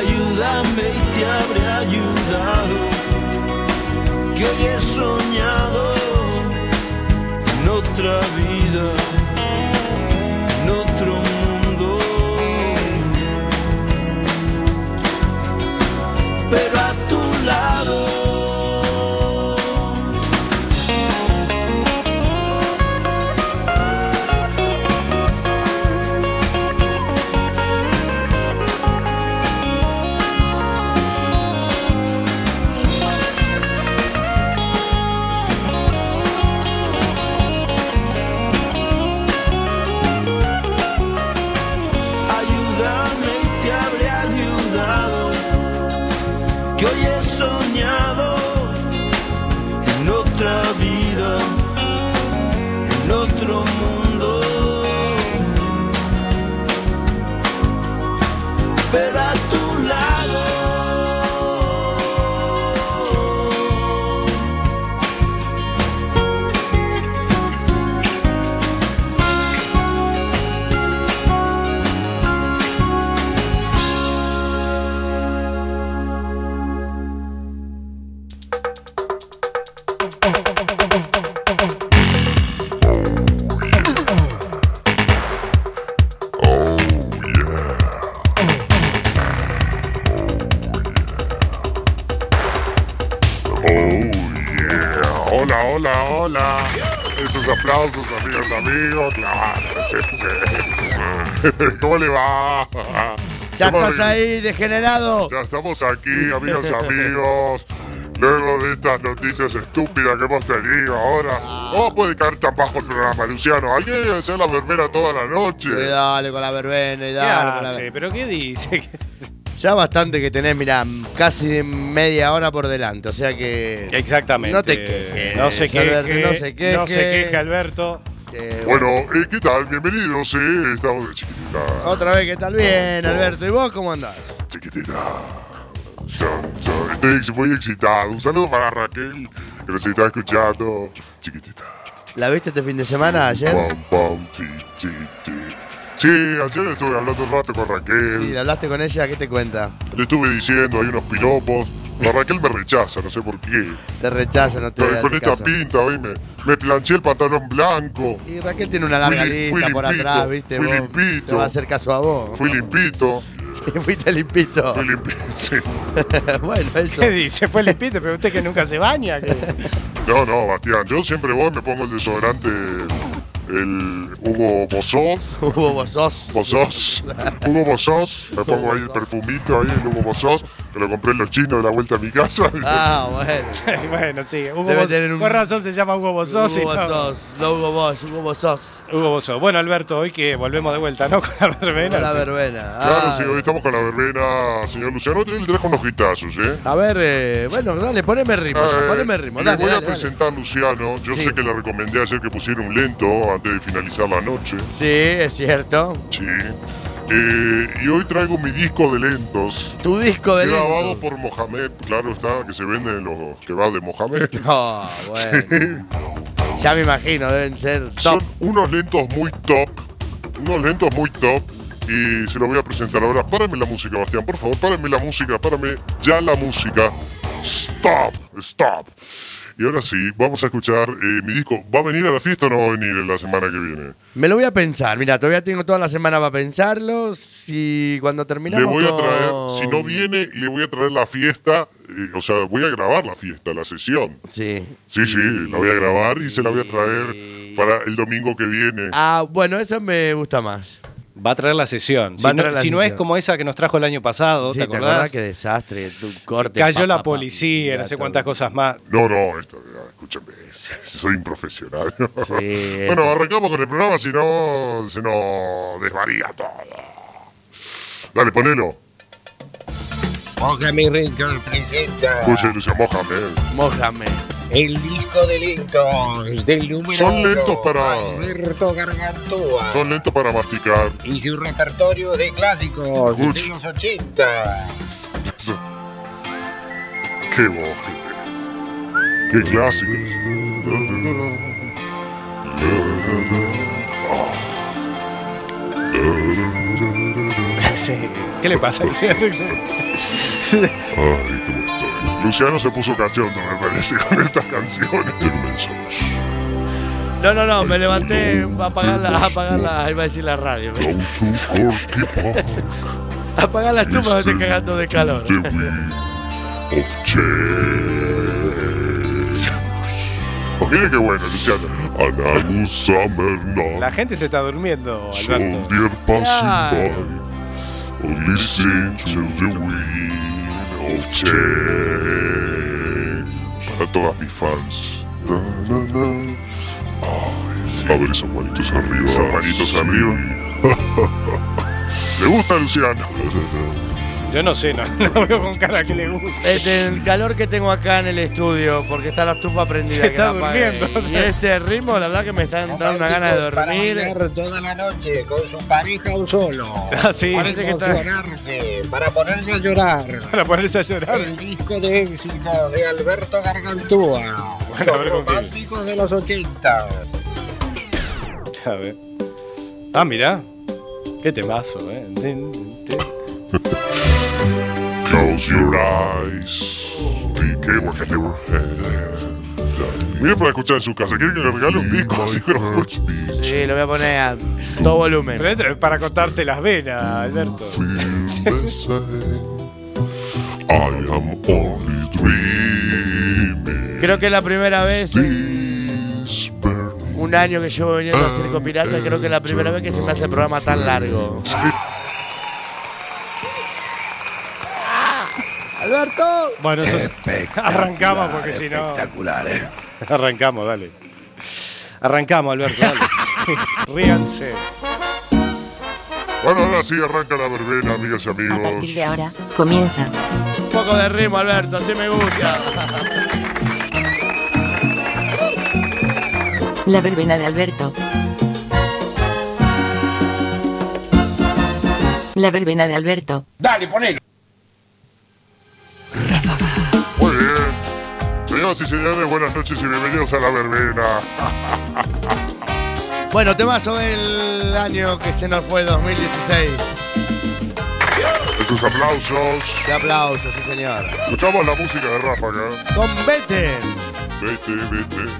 Speaker 13: Ayúdame y te habré ayudado, que hoy he soñado en otra vida, en otro mundo. Pero a tu lado. Ayúdame y te habré ayudado, que hoy he soñado en otra vida, en otro mundo. Pero a tu lado.
Speaker 7: Oh yeah. Hola, hola, hola. Esos aplausos, amigas, amigos. Claro. sí, sí. ¿Cómo le va?
Speaker 9: Ya
Speaker 7: ¿Cómo
Speaker 9: estás
Speaker 7: le-
Speaker 9: ahí, degenerado.
Speaker 7: Ya estamos aquí, amigas, amigos. Luego de estas noticias estúpidas que hemos tenido ahora, ¿cómo puede caer tan bajo el programa, Luciano? Alguien debe hacer la verbena toda la noche.
Speaker 9: Y dale con la verbena y
Speaker 7: ¿Qué
Speaker 9: dale con la
Speaker 10: hace?
Speaker 9: verbena.
Speaker 10: ¿Pero qué dice?
Speaker 9: Ya bastante que tenés, mirá, casi media hora por delante, o sea que.
Speaker 10: Exactamente.
Speaker 9: No te quejes.
Speaker 10: No se
Speaker 9: Alberto,
Speaker 10: queje,
Speaker 9: no se queje.
Speaker 10: no se queje, Alberto.
Speaker 7: Bueno, eh, ¿qué tal? Bienvenidos, eh. Estamos chiquitita.
Speaker 9: Otra vez que tal bien, Alberto. ¿Y vos cómo andás?
Speaker 7: Estoy ex- muy excitado. Un saludo para Raquel, que nos está escuchando. Chiquitita.
Speaker 9: ¿La viste este fin de semana ayer?
Speaker 7: Pam, pam, ti, ti, ti. Sí, ayer estuve hablando un rato con Raquel.
Speaker 9: Sí, hablaste con ella, ¿qué te cuenta?
Speaker 7: Le estuve diciendo, hay unos piropos. La Raquel me rechaza, no sé por qué.
Speaker 9: Te rechaza, no te
Speaker 7: Con- Con
Speaker 9: hace
Speaker 7: esta
Speaker 9: caso.
Speaker 7: pinta, hoy me, me planché el pantalón blanco.
Speaker 9: Y Raquel tiene una larga
Speaker 7: Fui lim- fui
Speaker 9: lista por
Speaker 7: limpito,
Speaker 9: atrás, ¿viste?
Speaker 7: fui
Speaker 9: vos?
Speaker 7: limpito.
Speaker 9: Te va a hacer caso a vos.
Speaker 7: Fui limpito.
Speaker 9: Sí, fuiste limpito. Fui
Speaker 7: limpito, sí.
Speaker 9: bueno, eso.
Speaker 10: ¿Qué dice? Fue el espíritu, pero usted que nunca se baña. que-
Speaker 7: No, no, Bastián, yo siempre voy, me pongo el desodorante, el Hugo Bosós.
Speaker 9: Hugo Bosós.
Speaker 7: Bosós. Hugo Bosós. Me pongo ahí el perfumito, ahí el Hugo Bosós. Me lo compré en los chinos de la vuelta a mi casa.
Speaker 9: Ah, bueno.
Speaker 10: bueno, sí. Hugo
Speaker 9: Debe
Speaker 10: Boss-
Speaker 9: tener un-
Speaker 10: Con razón se llama Hugo Bosos.
Speaker 9: Hugo Bosos, no Hugo Boss, Hugo Bosos.
Speaker 10: Hugo Bosos. Bueno, Alberto, hoy que volvemos de vuelta, ¿no? Con la verbena.
Speaker 9: Con la
Speaker 10: sí.
Speaker 9: verbena.
Speaker 7: Claro, sí, hoy estamos con la verbena, señor Luciano. Te trajo unos gitazos, ¿eh?
Speaker 9: A ver, eh, bueno, dale, poneme ritmo, ya,
Speaker 7: Eh,
Speaker 9: poneme ritmo.
Speaker 7: le
Speaker 9: Dale,
Speaker 7: voy a
Speaker 9: dale, dale.
Speaker 7: presentar a Luciano. Yo sé que le recomendé ayer que pusiera un lento antes de finalizar la noche.
Speaker 9: Sí, es cierto.
Speaker 7: Sí. Eh, y hoy traigo mi disco de lentos.
Speaker 9: Tu disco de
Speaker 7: Grabado
Speaker 9: lentos.
Speaker 7: por Mohamed, claro está, que se venden en los que va de Mohamed.
Speaker 9: No, Ah, bueno. Ya me imagino, deben ser top.
Speaker 7: unos lentos muy top, unos lentos muy top. Y se los voy a presentar ahora. Párame la música, Bastián, por favor, párame la música, párame ya la música. Stop, stop. Y ahora sí, vamos a escuchar eh, mi disco. ¿Va a venir a la fiesta o no va a venir en la semana que viene?
Speaker 9: Me lo voy a pensar, mira, todavía tengo toda la semana para pensarlo. Si cuando terminamos.
Speaker 7: Le voy a
Speaker 9: con-
Speaker 7: traer, si no viene, le voy a traer la fiesta, eh, o sea, voy a grabar la fiesta, la sesión.
Speaker 9: Sí.
Speaker 7: Sí, sí, la voy a grabar y se la voy a traer para el domingo que viene.
Speaker 9: Ah, bueno, eso me gusta más.
Speaker 10: Va a traer la sesión. Si,
Speaker 9: Va a
Speaker 10: no,
Speaker 9: traer la
Speaker 10: si no
Speaker 9: sesión.
Speaker 10: es como esa que nos trajo el año pasado,
Speaker 9: Sí,
Speaker 10: ¿te
Speaker 9: ¿te
Speaker 10: acordás?
Speaker 9: acordás? Qué desastre, tu corte.
Speaker 10: Cayó
Speaker 9: pa,
Speaker 10: la
Speaker 9: pa, pa.
Speaker 10: policía, no sé cuántas cosas más.
Speaker 7: No, no, esto, escúchame, soy improfesional.
Speaker 9: Sí.
Speaker 7: bueno, arrancamos con el programa, si no, se nos desvaría todo. Dale, ponelo.
Speaker 12: Mojame Records presenta
Speaker 7: Escuche, Lucio, mojame.
Speaker 9: Mójame.
Speaker 12: el disco de lentos del número
Speaker 7: Son
Speaker 12: uno,
Speaker 7: lentos para-
Speaker 12: Alberto Gargantúa
Speaker 7: Son lentos para masticar.
Speaker 12: y su repertorio de clásicos
Speaker 7: Escuche.
Speaker 12: de los 80.
Speaker 7: Eso. Qué voz, gente. Qué clásicos.
Speaker 10: Sí. ¿Qué le pasa?
Speaker 7: Ay, cómo estoy. Luciano se puso cachondo, me parece, con estas canciones. Qué inmenso.
Speaker 9: No, no, no, me levanté a apagar la, a apagar la, iba a decir la radio. Apagar la estufa, me estoy cagando de calor.
Speaker 7: The Wheel of Change. Oh, mira qué bueno, Luciano. Anagu Summer Night.
Speaker 10: La gente se está durmiendo, Alberto.
Speaker 7: Soldier passing
Speaker 10: Claro.
Speaker 7: by, or listening to the wind of change. Para todas mis fans. Na, na, na. Ay, sí. A ver esos manitos arriba. Esos manitos arriba. ¿Le gusta, Luciano?
Speaker 10: Yo no sé, no, no veo con cara que le gusta.
Speaker 9: Este, el calor que tengo acá en el estudio, porque está la estufa prendida.
Speaker 10: Se
Speaker 9: que
Speaker 10: está
Speaker 9: la apagué.
Speaker 10: durmiendo.
Speaker 9: Y este ritmo, la verdad que me está entrando una gana de
Speaker 12: Para
Speaker 9: dormir.
Speaker 12: bailar toda la noche con su pareja o solo.
Speaker 10: Ah, sí.
Speaker 12: Para
Speaker 10: Parece que está-
Speaker 12: emocionarse, para ponerse a llorar.
Speaker 10: Para ponerse a llorar.
Speaker 12: El disco de éxito de Alberto Gargantúa.
Speaker 10: Bueno, a
Speaker 12: los
Speaker 10: ver con qué.
Speaker 12: románticos de los 80.
Speaker 10: A ver. Ah, mirá. Qué temazo, eh. Tin, tin.
Speaker 7: Close your eyes. Y qué guay que te guay. Mira para escuchar en su casa. ¿Quieren que le regale un disco? Así que lo escuche.
Speaker 9: Sí, lo voy a poner a todo volumen.
Speaker 10: Pero esto es para cortarse las venas, Alberto.
Speaker 7: feel the same. I am only dreaming.
Speaker 9: Creo que es la primera vez en un año que llevo viniendo a
Speaker 10: Ah,
Speaker 9: Circo Pirata, creo que es la primera vez que se me hace el programa tan largo. ¡Alberto!
Speaker 10: Bueno, eso arrancamos porque si no.
Speaker 2: Espectacular, ¿eh?
Speaker 10: Arrancamos, dale. Arrancamos, Alberto, dale. Ríanse.
Speaker 7: Bueno, ahora sí arranca la verbena, amigas y amigos.
Speaker 8: de ahora, comienza.
Speaker 9: Un poco de ritmo, Alberto, así me gusta.
Speaker 8: La verbena de Alberto. La verbena de Alberto.
Speaker 4: Dale, ponelo.
Speaker 7: Muy bien. Señoras y señores, buenas noches y bienvenidos a la verbena.
Speaker 9: Bueno, temazo del año que se nos fue 2016.
Speaker 7: Sus aplausos.
Speaker 9: De aplausos, sí señor.
Speaker 7: Escuchamos la música de Ráfaga.
Speaker 9: Con Beten.
Speaker 7: Vete, vete.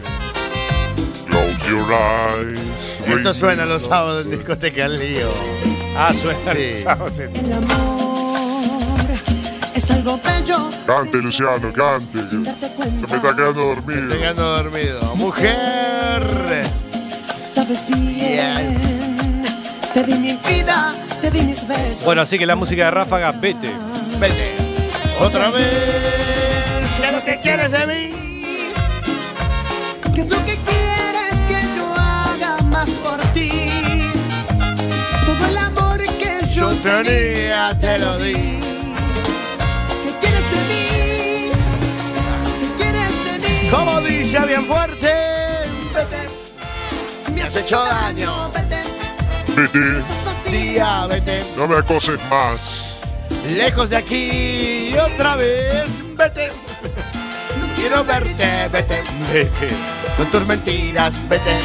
Speaker 7: Close your eyes.
Speaker 9: Esto suena los sábados en discoteca al lío.
Speaker 10: Ah, suena.
Speaker 9: Sí.
Speaker 10: el sábado, sí.
Speaker 14: El amor es algo bello.
Speaker 7: Cante, Luciano, cante. Se me
Speaker 14: Darte cuenta,
Speaker 7: está quedando dormido.
Speaker 9: Estoy quedando dormido. ¡Mujer!
Speaker 14: sabes bien. Te di mi vida, te di mis besos.
Speaker 10: Bueno, así que la música de Ráfaga, vete.
Speaker 9: Vete. Otra vez. ¿Qué lo que quieres de mí?
Speaker 14: ¿Qué es lo que quieres que yo haga más por ti? Todo el amor que yo,
Speaker 9: Yo tenía, te lo di.
Speaker 14: ¿Qué quieres de mí? ¿Qué quieres de mí?
Speaker 9: Como dice bien fuerte.
Speaker 14: Vete, me has
Speaker 9: Has hecho
Speaker 14: hecho
Speaker 9: daño.
Speaker 14: daño. Vete,
Speaker 7: Vete.
Speaker 14: estás
Speaker 9: Sí,
Speaker 14: vacía.
Speaker 9: ya, vete.
Speaker 7: No me acoses más.
Speaker 9: Lejos de aquí. Otra vez. Vete. No quiero verte. Vete.
Speaker 10: Vete.
Speaker 9: Con tus mentiras. Vete.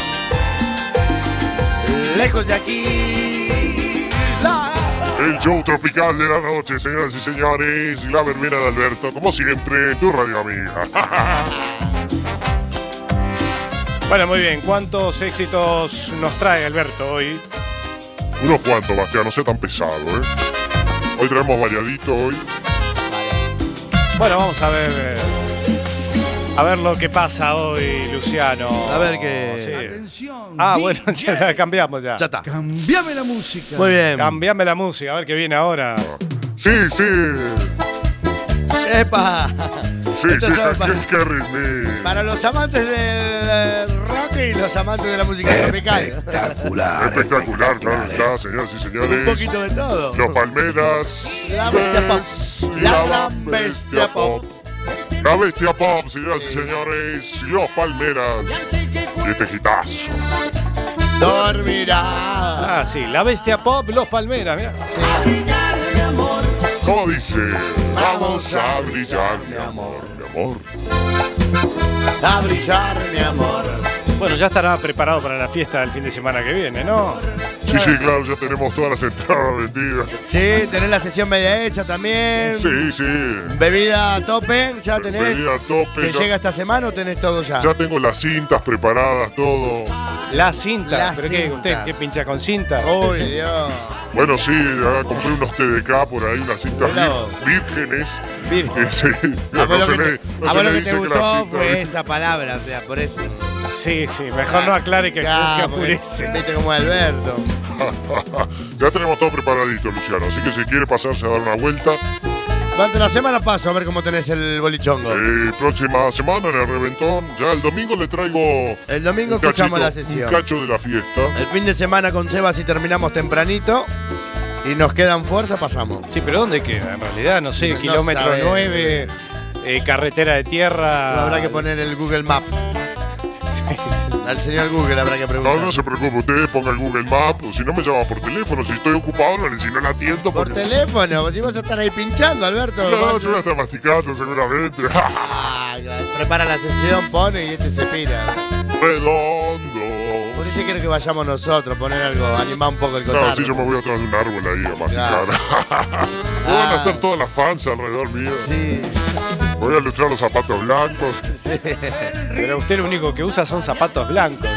Speaker 9: Lejos de aquí. La-
Speaker 7: El show tropical de la noche, señoras y señores. La verbena de Alberto, como siempre, tu radio amiga.
Speaker 10: Bueno, muy bien. ¿Cuántos éxitos nos trae Alberto hoy?
Speaker 7: Unos cuantos, Bastián, no sea tan pesado, ¿eh? Hoy traemos variadito, hoy.
Speaker 10: Bueno, vamos a ver. eh, A ver lo que pasa hoy, Luciano.
Speaker 9: A ver qué-
Speaker 10: Atención. Ah, bueno, ya cambiamos ya.
Speaker 9: Ya está.
Speaker 10: Cambiame la música.
Speaker 9: Muy bien.
Speaker 10: Cambiame la música, a ver qué viene ahora.
Speaker 7: Sí, sí.
Speaker 9: ¡Epa!
Speaker 7: Sí,
Speaker 9: Esto
Speaker 7: sí,
Speaker 9: es
Speaker 7: ca-
Speaker 9: para,
Speaker 7: que- que ritme.
Speaker 9: para los amantes del eh, rock y los amantes de la música tropical.
Speaker 7: Espectacular. Espectacular, claro está, señoras y
Speaker 9: Un
Speaker 7: señores.
Speaker 9: poquito de todo.
Speaker 7: Los Palmeras.
Speaker 9: La bestia pop. La gran bestia pop.
Speaker 7: La bestia pop, señoras y señores. Los Palmeras. Y este gitazo.
Speaker 9: Dormirá.
Speaker 10: Ah, sí, la bestia pop, los palmeras, mira.
Speaker 7: ¿Cómo dice? Vamos a brillar, mi amor, mi amor.
Speaker 9: A brillar, mi amor.
Speaker 10: Bueno, ya estará preparado para la fiesta del fin de semana que viene, ¿no?
Speaker 7: Sí, sí, claro, ya tenemos todas las entradas vendidas.
Speaker 9: Sí, tenés la sesión media hecha también.
Speaker 7: Sí, sí.
Speaker 9: Bebida a tope, ya tenés.
Speaker 7: Bebida a tope,
Speaker 9: ¿Te
Speaker 7: ya-
Speaker 9: llega esta semana o tenés todo ya?
Speaker 7: Ya tengo las cintas preparadas, todo.
Speaker 10: Las cintas.
Speaker 9: Las
Speaker 10: ¿Pero qué? ¿Usted
Speaker 9: cintas.
Speaker 10: qué pincha con cintas?
Speaker 9: Uy, Dios.
Speaker 7: Bueno, sí, ya compré unos TDK por ahí, unas cintas
Speaker 9: Mirá
Speaker 7: vir-
Speaker 9: vos.
Speaker 7: vírgenes. Eh, sí,
Speaker 9: A
Speaker 7: no
Speaker 9: vos lo
Speaker 7: se
Speaker 9: que
Speaker 7: le-
Speaker 9: te,
Speaker 7: no
Speaker 9: a
Speaker 7: se
Speaker 9: vos
Speaker 7: le
Speaker 9: lo que
Speaker 7: dice
Speaker 9: te
Speaker 7: que las
Speaker 9: gustó
Speaker 7: cintas-
Speaker 9: pues. fue esa palabra, o sea, por eso.
Speaker 10: Oh, Sí, sí, mejor no aclare que,
Speaker 9: Ah,
Speaker 10: que
Speaker 9: porque
Speaker 10: apurece.
Speaker 9: Viste como Alberto.
Speaker 7: ya tenemos todo preparadito, Luciano. Así que si quiere pasarse a dar una vuelta,
Speaker 9: Durante la semana paso a ver cómo tenés el bolichongo.
Speaker 7: eh, próxima semana en el Reventón, ya el domingo le traigo.
Speaker 9: El domingo
Speaker 7: un cachito,
Speaker 9: escuchamos la
Speaker 7: Un
Speaker 9: sesión.
Speaker 7: cacho de la fiesta.
Speaker 9: El fin de semana con Sebas y terminamos tempranito. Y nos quedan fuerza, pasamos.
Speaker 10: Sí, pero ¿dónde queda? En realidad, no sé,
Speaker 9: No
Speaker 10: kilómetro
Speaker 9: sabe.
Speaker 10: 9, eh, carretera de tierra.
Speaker 9: Habrá que poner el Google Maps. Al señor Google habrá que
Speaker 7: No,
Speaker 9: preguntar.
Speaker 7: no se preocupe, usted ponga el Google Maps, o si no me llama por teléfono, si estoy ocupado, no, le- si no la atiendo.
Speaker 9: Por
Speaker 7: porque-
Speaker 9: teléfono, si vas a estar ahí pinchando, Alberto.
Speaker 7: No,
Speaker 9: Vas-
Speaker 7: yo voy a estar masticando seguramente.
Speaker 9: Ah, prepara la sesión, pone y este se pira.
Speaker 7: Redondo.
Speaker 9: Por eso quiero que vayamos nosotros, poner algo, animar un poco el cotarro.
Speaker 7: Claro, sí, yo me voy atrás de un árbol ahí a masticar. Van a
Speaker 9: Ah.
Speaker 7: estar todas las fans alrededor mío.
Speaker 9: Sí.
Speaker 7: Voy a luchar los zapatos blancos.
Speaker 10: Pero usted lo único que usa son zapatos blancos.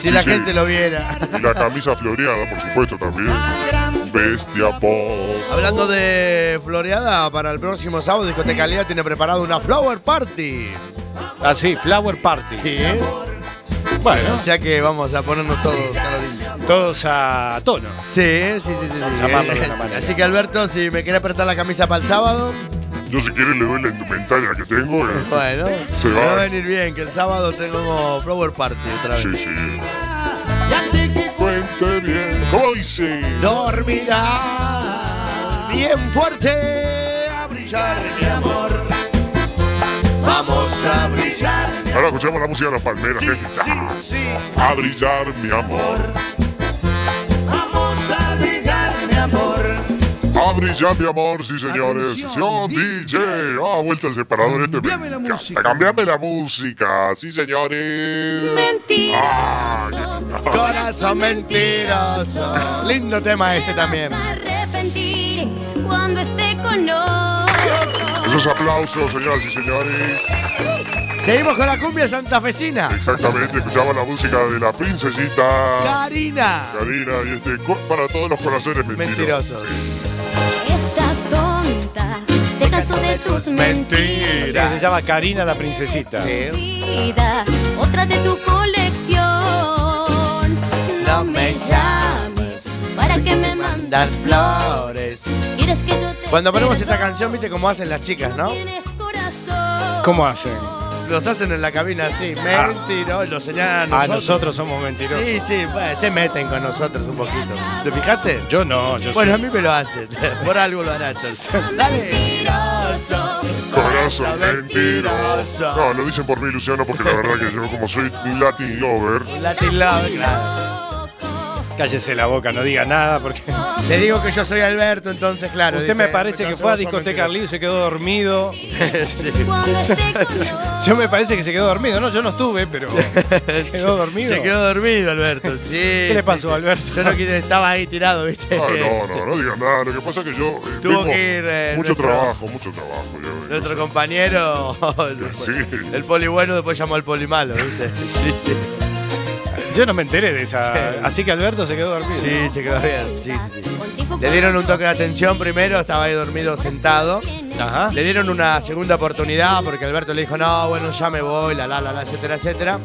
Speaker 9: Si la
Speaker 7: Sí, sí.
Speaker 9: gente lo viera.
Speaker 7: Y la camisa floreada, por supuesto, también. Bestia pop.
Speaker 9: Hablando de floreada, para el próximo sábado Discotecalidad tiene preparado una flower party.
Speaker 10: Ah, sí, Flower Party.
Speaker 9: Sí, ¿eh?
Speaker 10: Bueno,
Speaker 9: O sea que vamos a ponernos todos calorillos.
Speaker 10: todos a tono.
Speaker 9: Sí, sí, sí, sí. sí.
Speaker 10: Llamarlo de una manera.
Speaker 9: Así que Alberto, si me quiere apretar la camisa para el sábado,
Speaker 7: Yo, si quiere, le doy la indumentaria que tengo. eh.
Speaker 9: bueno,
Speaker 7: Se
Speaker 9: me va a
Speaker 7: va.
Speaker 9: venir bien, que el sábado tengo flower party otra vez.
Speaker 7: Sí, sí. Cuente bien. ¿Cómo dice?
Speaker 9: Dormirá bien fuerte a brillar, mi amor. Vamos a brillar.
Speaker 7: Ahora escuchamos la música de las palmeras. que es- A brillar, mi amor.
Speaker 14: Vamos a brillar, mi amor.
Speaker 7: A brillar, mi amor, sí, señores. Sesión DJ. Ah, vuelta el separador este. Cambiame la música. Cambiame la música, sí, señores. Ah, qué-
Speaker 9: Corazón mentiroso. Lindo tema este también.
Speaker 8: arrepentir cuando esté con otro.
Speaker 7: Esos aplausos, señoras y señores.
Speaker 9: Seguimos con la cumbia santafesina.
Speaker 7: Exactamente, escuchamos la música de la princesita
Speaker 9: Karina.
Speaker 7: Karina y este co- para todos los corazones mentirosos.
Speaker 9: Mentirosos.
Speaker 8: Esta tonta se cansó de tus
Speaker 10: O sea, que
Speaker 8: mentiras.
Speaker 10: se llama Karina la princesita.
Speaker 8: Vida, otra de tu colección. No me llames para que me
Speaker 9: Las
Speaker 8: mandas
Speaker 9: flores.
Speaker 8: Quieres que yo te
Speaker 9: Cuando ponemos esta
Speaker 8: perdone,
Speaker 9: canción, viste cómo hacen las chicas,
Speaker 8: no
Speaker 9: ¿no?
Speaker 8: tienes corazón.
Speaker 10: ¿Cómo hacen?
Speaker 9: Los hacen en la cabina así,
Speaker 10: Ah.
Speaker 9: mentirosos. Los señalan
Speaker 10: Ah,
Speaker 9: a
Speaker 10: nosotros somos mentirosos.
Speaker 9: Sí, sí, pues, se meten con nosotros un poquito. ¿Te fijaste?
Speaker 10: Yo no, yo
Speaker 9: Bueno, a mí me lo hacen. Por algo lo harán. entonces. Dale.
Speaker 7: Corazón mentiroso. No, lo dicen por mí, Luciano, porque la verdad que yo como soy un Latin lover,
Speaker 9: Latin Love, claro.
Speaker 10: soy- Cállese la boca, no diga nada porque.
Speaker 9: Le digo que yo soy Alberto, entonces, claro.
Speaker 10: Usted me
Speaker 9: dice,
Speaker 10: parece que
Speaker 9: entonces
Speaker 10: fue a
Speaker 9: vos sos
Speaker 10: discoteca Lee y se quedó dormido.
Speaker 9: mentiroso.
Speaker 10: Yo me parece que se quedó dormido, no, yo no estuve, pero se quedó dormido.
Speaker 9: Se quedó dormido, Alberto, sí.
Speaker 10: ¿Qué le pasó, Alberto? Oh,
Speaker 9: Yo no quise- estaba ahí tirado, ¿viste?
Speaker 7: Ah, no, no, no digas nada. Lo que pasa es que yo. eh,
Speaker 9: Tuvo
Speaker 7: tengo
Speaker 9: que ir, eh,
Speaker 7: Mucho
Speaker 9: nuestro-
Speaker 7: trabajo, mucho trabajo. yo- eh.
Speaker 9: Nuestro compañero, el, el poli bueno, después llamó al poli malo, ¿viste? Sí, sí.
Speaker 10: Yo no me enteré de esa. Así que Alberto se quedó dormido.
Speaker 9: Sí, se quedó bien. Sí, sí, sí. Le dieron un toque de atención primero, estaba ahí dormido sentado.
Speaker 10: Ajá.
Speaker 9: Le dieron una segunda oportunidad porque Alberto le dijo, no, bueno, ya me voy, la, la, la, la, etcétera, etcétera.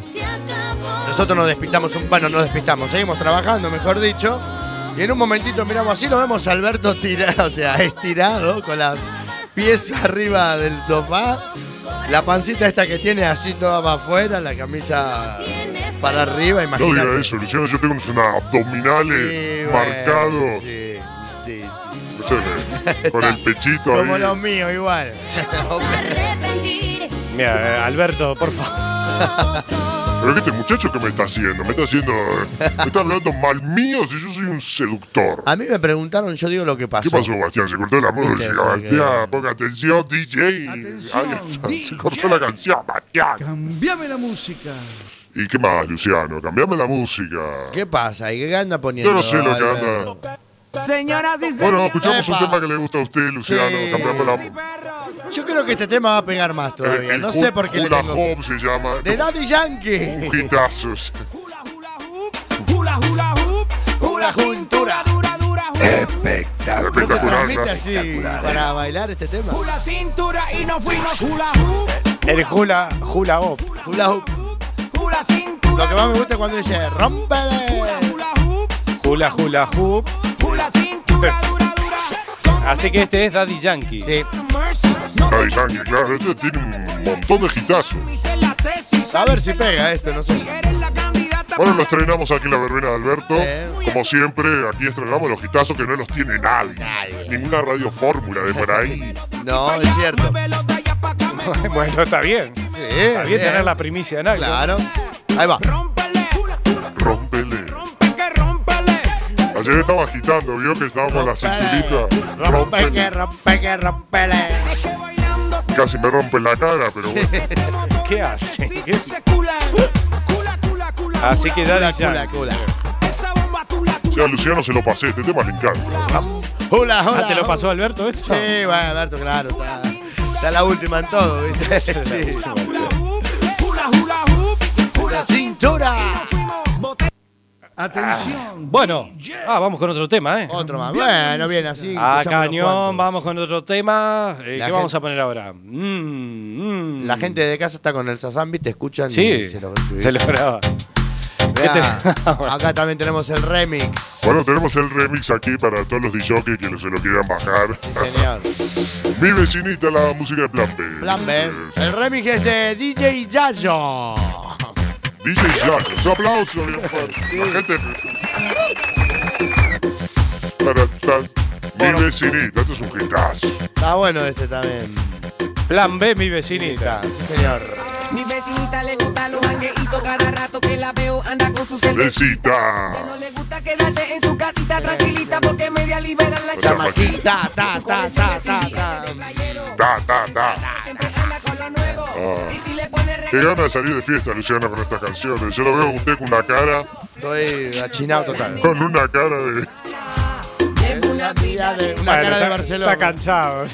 Speaker 9: Nosotros nos despistamos un bueno, nos despistamos, seguimos trabajando, mejor dicho. Y en un momentito miramos así, lo vemos a Alberto tirado, o sea, estirado, con las pies arriba del sofá. La pancita esta que tiene así toda para afuera, la camisa para arriba,
Speaker 7: No
Speaker 9: imagínate.
Speaker 7: diga eso, Luciano. Yo tengo unos abdominales
Speaker 9: Sí, bueno,
Speaker 7: marcados.
Speaker 9: Sí, sí.
Speaker 7: no sé, Con el pechito ahí.
Speaker 9: Como los míos, igual.
Speaker 10: Mira, eh, Alberto, por favor.
Speaker 7: Pero que este muchacho que me está haciendo, me está haciendo. Me está hablando mal mío si yo soy un seductor.
Speaker 9: A mí me preguntaron, yo digo lo que pasó.
Speaker 7: ¿Qué pasó, Bastián? Se cortó la música,
Speaker 9: eso,
Speaker 7: Bastián. Ponga atención, DJ. Ahí está, Se cortó la canción, Bastián.
Speaker 15: Envíame la música.
Speaker 7: ¿Y qué más, Luciano? Cambiame la música.
Speaker 9: ¿Qué pasa? ¿Y qué anda poniendo?
Speaker 7: Yo no sé lo que
Speaker 9: Alberto?
Speaker 7: anda.
Speaker 9: Señoras y
Speaker 7: Bueno, escuchamos
Speaker 9: Epa.
Speaker 7: un tema que le gusta a usted, Luciano.
Speaker 9: Sí.
Speaker 7: Cambiamos la
Speaker 9: Yo creo que este tema va a pegar más todavía.
Speaker 7: el
Speaker 9: no
Speaker 7: Hula
Speaker 9: sé por qué le
Speaker 7: Hula
Speaker 9: tengo.
Speaker 7: Hoop se llama.
Speaker 9: De Daddy Yankee.
Speaker 7: Hitazos.
Speaker 14: Hula, hula, hoop, hula, cintura dura, dura,
Speaker 7: Espectacular.
Speaker 9: ¿Viste
Speaker 7: Espectacular. eh.
Speaker 9: así para bailar este tema?
Speaker 14: hula, cintura y no fuimos hula, hoop,
Speaker 10: El Jula, Jula Op.
Speaker 9: Hula hoop.
Speaker 14: hula, cintura.
Speaker 9: Lo que más me gusta es cuando dice rompele.
Speaker 10: Jula, Jula Hoop.
Speaker 14: Hula, cintura dura,
Speaker 10: Así que este es Daddy Yankee.
Speaker 9: Sí.
Speaker 14: mercy.
Speaker 7: Daddy Yankee, claro. Este tiene un montón de hitazos.
Speaker 14: Hice la tesis.
Speaker 9: A ver si pega esto, no sé.
Speaker 7: Bueno, lo estrenamos aquí en la verbena de Alberto.
Speaker 9: Eh.
Speaker 7: Como siempre, aquí estrenamos los hitazos que no los tiene nadie. Ninguna radio fórmula de por ahí.
Speaker 9: No, es cierto.
Speaker 10: bueno, está bien.
Speaker 9: Sí,
Speaker 10: está bien,
Speaker 9: bien.
Speaker 10: tener la primicia en algo.
Speaker 9: Claro. Ahí va.
Speaker 7: Rompele. Ayer estaba agitando, vio que estaba con la cinturita.
Speaker 9: Rompe que rompe que rompele.
Speaker 7: Casi me rompe la cara, pero bueno.
Speaker 10: ¿Qué hace? Así que Daddy Yankee. ¿Ah,
Speaker 7: Ya, a Luciano se lo pasé, este tema le encanta.
Speaker 9: Hula, hula.
Speaker 10: Ah, ¿te lo
Speaker 9: hoop.
Speaker 10: pasó Alberto esto?
Speaker 9: Sí, bueno, Alberto, claro. Está, está la última en todo, ¿viste? Sí.
Speaker 14: Hula, hula, hoop,
Speaker 9: La cintura.
Speaker 15: Atención.
Speaker 10: Bueno, ah, vamos con otro tema, ¿eh?
Speaker 9: Otro más. Bueno, bien, así.
Speaker 10: Ah,
Speaker 9: Oh, escuchamos unos
Speaker 10: cañón,
Speaker 9: cuantos.
Speaker 10: vamos con otro tema. Eh, ¿Qué
Speaker 9: La
Speaker 10: vamos
Speaker 9: gente-
Speaker 10: a poner ahora? Mm, mm.
Speaker 9: La gente de casa está con el Sazambi, te escuchan
Speaker 10: Sí,
Speaker 9: y se lo
Speaker 10: se lo graba.
Speaker 9: Vea,
Speaker 10: ¿Qué
Speaker 9: Acá también tenemos el remix.
Speaker 7: Bueno, tenemos el remix aquí para todos los DJs que se lo quieran bajar.
Speaker 9: Señor.
Speaker 7: Mi vecinita, la música de Plan B.
Speaker 9: Plan B. El remix es de DJ Yayo.
Speaker 7: DJ Jack, un aplauso bien fuerte. La gente. Para tal. Mi vecinita, esto es un hitazo.
Speaker 9: Está bueno este también.
Speaker 10: Plan B, mi vecinita.
Speaker 9: Sí, señor.
Speaker 16: Mi vecinita le gusta los jangueitos cada rato que la veo anda con sus cervecitas.
Speaker 7: Besita.
Speaker 16: No le gusta quedarse en su casita tranquilita porque media liberan la chamaquita.
Speaker 9: Ta, ta, ta, ta, ta.
Speaker 7: Ta, ta, ta.
Speaker 9: Oh.
Speaker 16: Y si le pone
Speaker 7: Qué ganas de salir de fiesta, Luciano, con estas canciones. Yo lo veo a usted con una cara,
Speaker 9: Estoy achinado total.
Speaker 7: con una cara de.
Speaker 9: Una vida de- una
Speaker 10: Bueno,
Speaker 9: cara de
Speaker 10: está-
Speaker 9: Barcelona.
Speaker 10: Está cansado.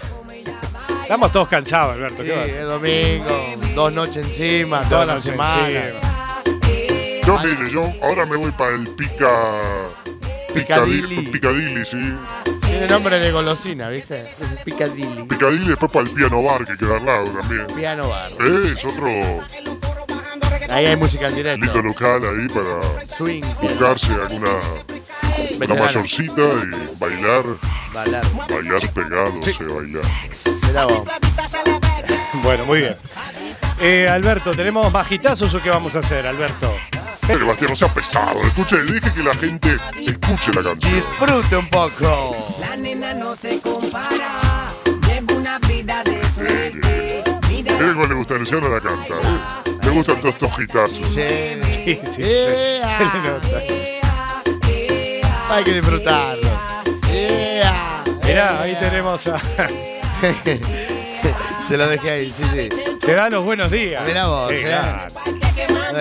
Speaker 10: Estamos todos cansados, Alberto.
Speaker 9: Sí,
Speaker 10: ¿qué vas a
Speaker 9: es
Speaker 10: hacer?
Speaker 9: domingo, dos noches encima, toda la
Speaker 10: noches
Speaker 9: semana.
Speaker 7: Yo, mire, yo ahora me voy para el pica.
Speaker 9: Picadilly.
Speaker 7: Picadilly, sí.
Speaker 9: Tiene nombre de golosina, ¿viste? Picadilly.
Speaker 7: Picadilly después para el piano bar que queda al lado también.
Speaker 9: Piano bar.
Speaker 7: Eh, Es otro
Speaker 9: Ahí hay música en
Speaker 7: lindo
Speaker 9: directo.
Speaker 7: local ahí para
Speaker 9: Swing.
Speaker 7: buscarse alguna una
Speaker 9: Veterano.
Speaker 7: mayorcita y bailar,
Speaker 9: Bailar.
Speaker 7: bailar pegado, se bailar.
Speaker 9: Mirá vos.
Speaker 10: Bueno, muy bien. Eh, Alberto, ¿tenemos bajitazos o qué vamos a hacer, Alberto?
Speaker 7: Pero Bastián, no sea pesado. Escuche, dije que la gente escuche la canción.
Speaker 9: Disfrute un poco.
Speaker 16: La nena no se compara. Lleva una vida de suerte. Mira,
Speaker 7: Miren cómo le gusta a Luciano la canta. ¿eh? Le gustan todos estos gitazos.
Speaker 9: Sí,
Speaker 10: sí, sí. se- se le nota.
Speaker 9: Hay que disfrutarlo. Yeah.
Speaker 10: Mirá, ahí tenemos a.
Speaker 9: Te lo dejé ahí, sí, sí.
Speaker 10: Te da los buenos días.
Speaker 9: Mirá vos,
Speaker 10: Qué
Speaker 9: eh.
Speaker 10: grande.
Speaker 9: Muy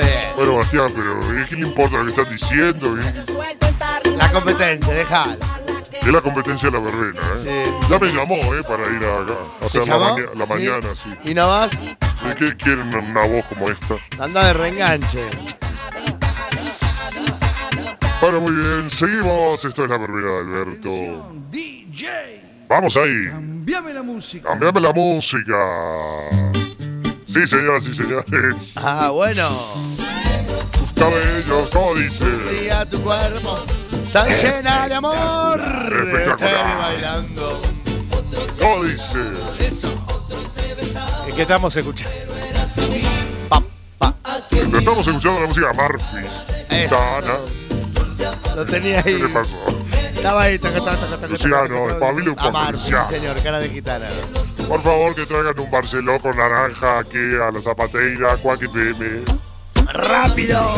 Speaker 9: bien.
Speaker 7: Bueno, Bastián, pero ¿eh? ¿qué le importa lo que están diciendo? eh?
Speaker 9: La competencia, dejala.
Speaker 7: Es la competencia de la verbena, ¿eh? Ya me llamó, ¿eh? Para ir a, a hacer
Speaker 9: ¿Te
Speaker 7: la,
Speaker 9: llamó?
Speaker 7: maña- la
Speaker 9: Sí.
Speaker 7: mañana, sí.
Speaker 9: ¿Y no vas?
Speaker 7: ¿De qué quieren una voz como esta?
Speaker 9: Anda de reenganche.
Speaker 7: Bueno, muy bien, seguimos. Esto es la verbena de Alberto. Vamos ahí.
Speaker 4: Envíame la música.
Speaker 7: Cambiame la música. Sí, señoras y señores.
Speaker 9: Ah, bueno.
Speaker 7: Tus cabellos, ¿cómo dice?
Speaker 9: Y a tu cuerpo tan llena de amor. Estoy bailando.
Speaker 7: ¿Cómo dice?
Speaker 9: Eso.
Speaker 10: ¿Y ¿Qué estamos escuchando?
Speaker 7: Estamos escuchando la música de Murphy. Tana.
Speaker 9: Lo tenía ahí.
Speaker 7: ¿Qué le pasó?
Speaker 9: Estaba ahí, taca, taca, taca, taca,
Speaker 7: Luciano,
Speaker 9: taca, taca,
Speaker 7: espabile un poco,
Speaker 9: Amar, sí,
Speaker 7: ya.
Speaker 9: señor, cara de gitana.
Speaker 7: Por favor, que traigan un Barceló con naranja aquí a la Zapateira, Cuac FM.
Speaker 9: ¡Rápido!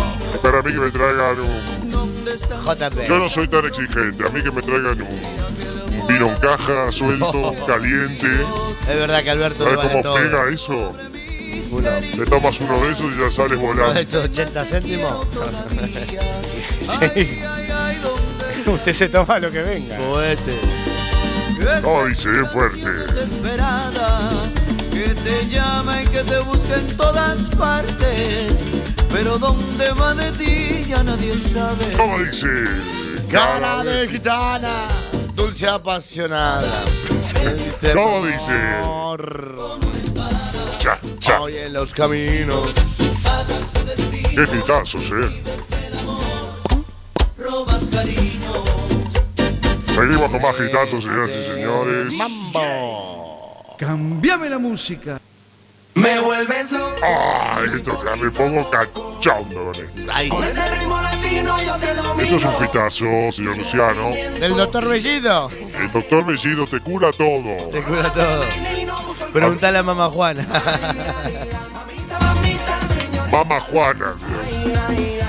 Speaker 7: Para mí que me traigan un...
Speaker 9: JB.
Speaker 7: Yo no soy tan exigente. A mí que me traigan un, un vino en caja, suelto, caliente.
Speaker 9: Es verdad que Alberto
Speaker 7: ¿Sabes
Speaker 9: lo vale
Speaker 7: cómo
Speaker 9: todo.
Speaker 7: pega eso?
Speaker 9: Uno.
Speaker 7: Le tomas uno de esos y ya sales
Speaker 9: Uno de
Speaker 7: volando.
Speaker 9: esos 80 céntimos.
Speaker 10: Sí. Usted se toma lo que venga.
Speaker 9: Poete.
Speaker 7: No, dice, es fuerte.
Speaker 13: desesperada que te llama y que te busca en todas partes, pero dónde va de ti ya nadie sabe.
Speaker 7: ¿Cómo dice?
Speaker 9: Cara de gitana. Dulce apasionada.
Speaker 7: ¿Cómo dice?
Speaker 9: Amor.
Speaker 7: Cha, cha.
Speaker 9: Hoy en los caminos.
Speaker 7: Qué pitazos, eh.
Speaker 13: Robas cariño.
Speaker 7: Seguimos con más gitazos, señoras y señores.
Speaker 4: Cambiame la música.
Speaker 13: Me vuelves loco.
Speaker 7: Ah, esto ya me pongo cachondo con esto.
Speaker 13: Con ese ritmo latino yo te
Speaker 7: Esto es
Speaker 13: domino.
Speaker 7: un pitazo, señor Luciano.
Speaker 9: Del doctor Bellido.
Speaker 7: El doctor Bellido te cura todo.
Speaker 9: Te cura todo. Preguntale a mamá Juana.
Speaker 7: Mamá Juana.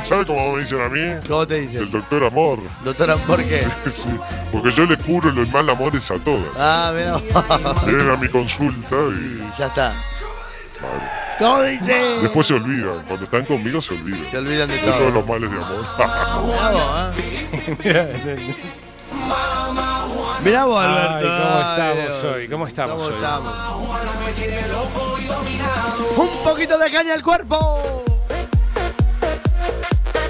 Speaker 7: ¿Sabe cómo me dicen a mí?
Speaker 9: ¿Cómo te dicen?
Speaker 7: El doctor Amor.
Speaker 9: Doctora, ¿por qué?
Speaker 7: Sí, Porque yo le curo los mal amores a todas.
Speaker 9: Ah, mira.
Speaker 7: Vienen a mi consulta y
Speaker 9: Ya está. ¿Cómo dice?
Speaker 7: después se olvidan. Cuando están conmigo se olvidan.
Speaker 9: Se olvidan de
Speaker 7: De todos
Speaker 9: todo.
Speaker 7: los males de amor.
Speaker 9: Mirá vos, ¿eh? Mirá vos, Alberto.
Speaker 10: Ay, ¿Cómo
Speaker 9: Ay,
Speaker 10: estamos
Speaker 9: Dios.
Speaker 10: hoy? ¿Cómo estamos
Speaker 9: ¿Cómo
Speaker 10: hoy?
Speaker 9: estamos? Un poquito de caña al cuerpo.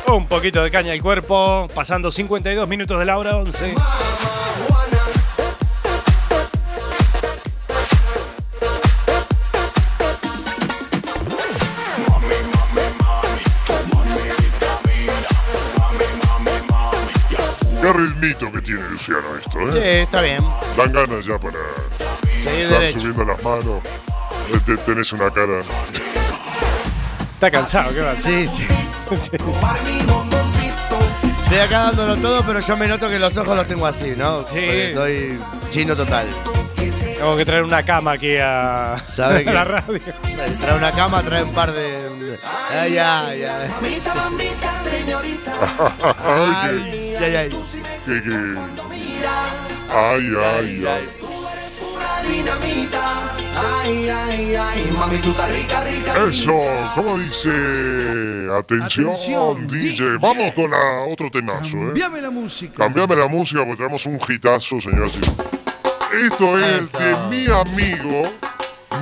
Speaker 10: Un poquito de caña al cuerpo, pasando 52 minutos de la hora 11.
Speaker 7: Qué ritmito que tiene Luciano esto,
Speaker 9: Sí,
Speaker 7: ¿eh?
Speaker 9: está bien.
Speaker 7: Dan ganas ya para
Speaker 9: Seguí
Speaker 7: estar
Speaker 9: derecho.
Speaker 7: subiendo las manos. Eh, te- Tenés una cara.
Speaker 10: Está cansado, ¿qué va a hacer?
Speaker 9: Ah, Sí, sí. Estoy acá dándolo todo, pero yo me noto que los ojos los tengo así, ¿no? Porque Estoy chino total.
Speaker 10: Tengo que traer una cama aquí a,
Speaker 9: ¿Sabe
Speaker 10: a
Speaker 9: qué?
Speaker 10: la radio.
Speaker 9: Trae una cama, trae un par de. Ay, ay, ay.
Speaker 7: Ay,
Speaker 9: Ay, ay, ay.
Speaker 7: que, que, que- Ay, ay, ay. Eso, ¿cómo dice? Atención,
Speaker 4: Atención,
Speaker 7: DJ. Vamos con la- otro temazo, ¿eh?
Speaker 4: Envíame la música.
Speaker 7: Cambiame la música porque tenemos un hitazo, señor. Esto es
Speaker 9: Eso.
Speaker 7: de mi amigo,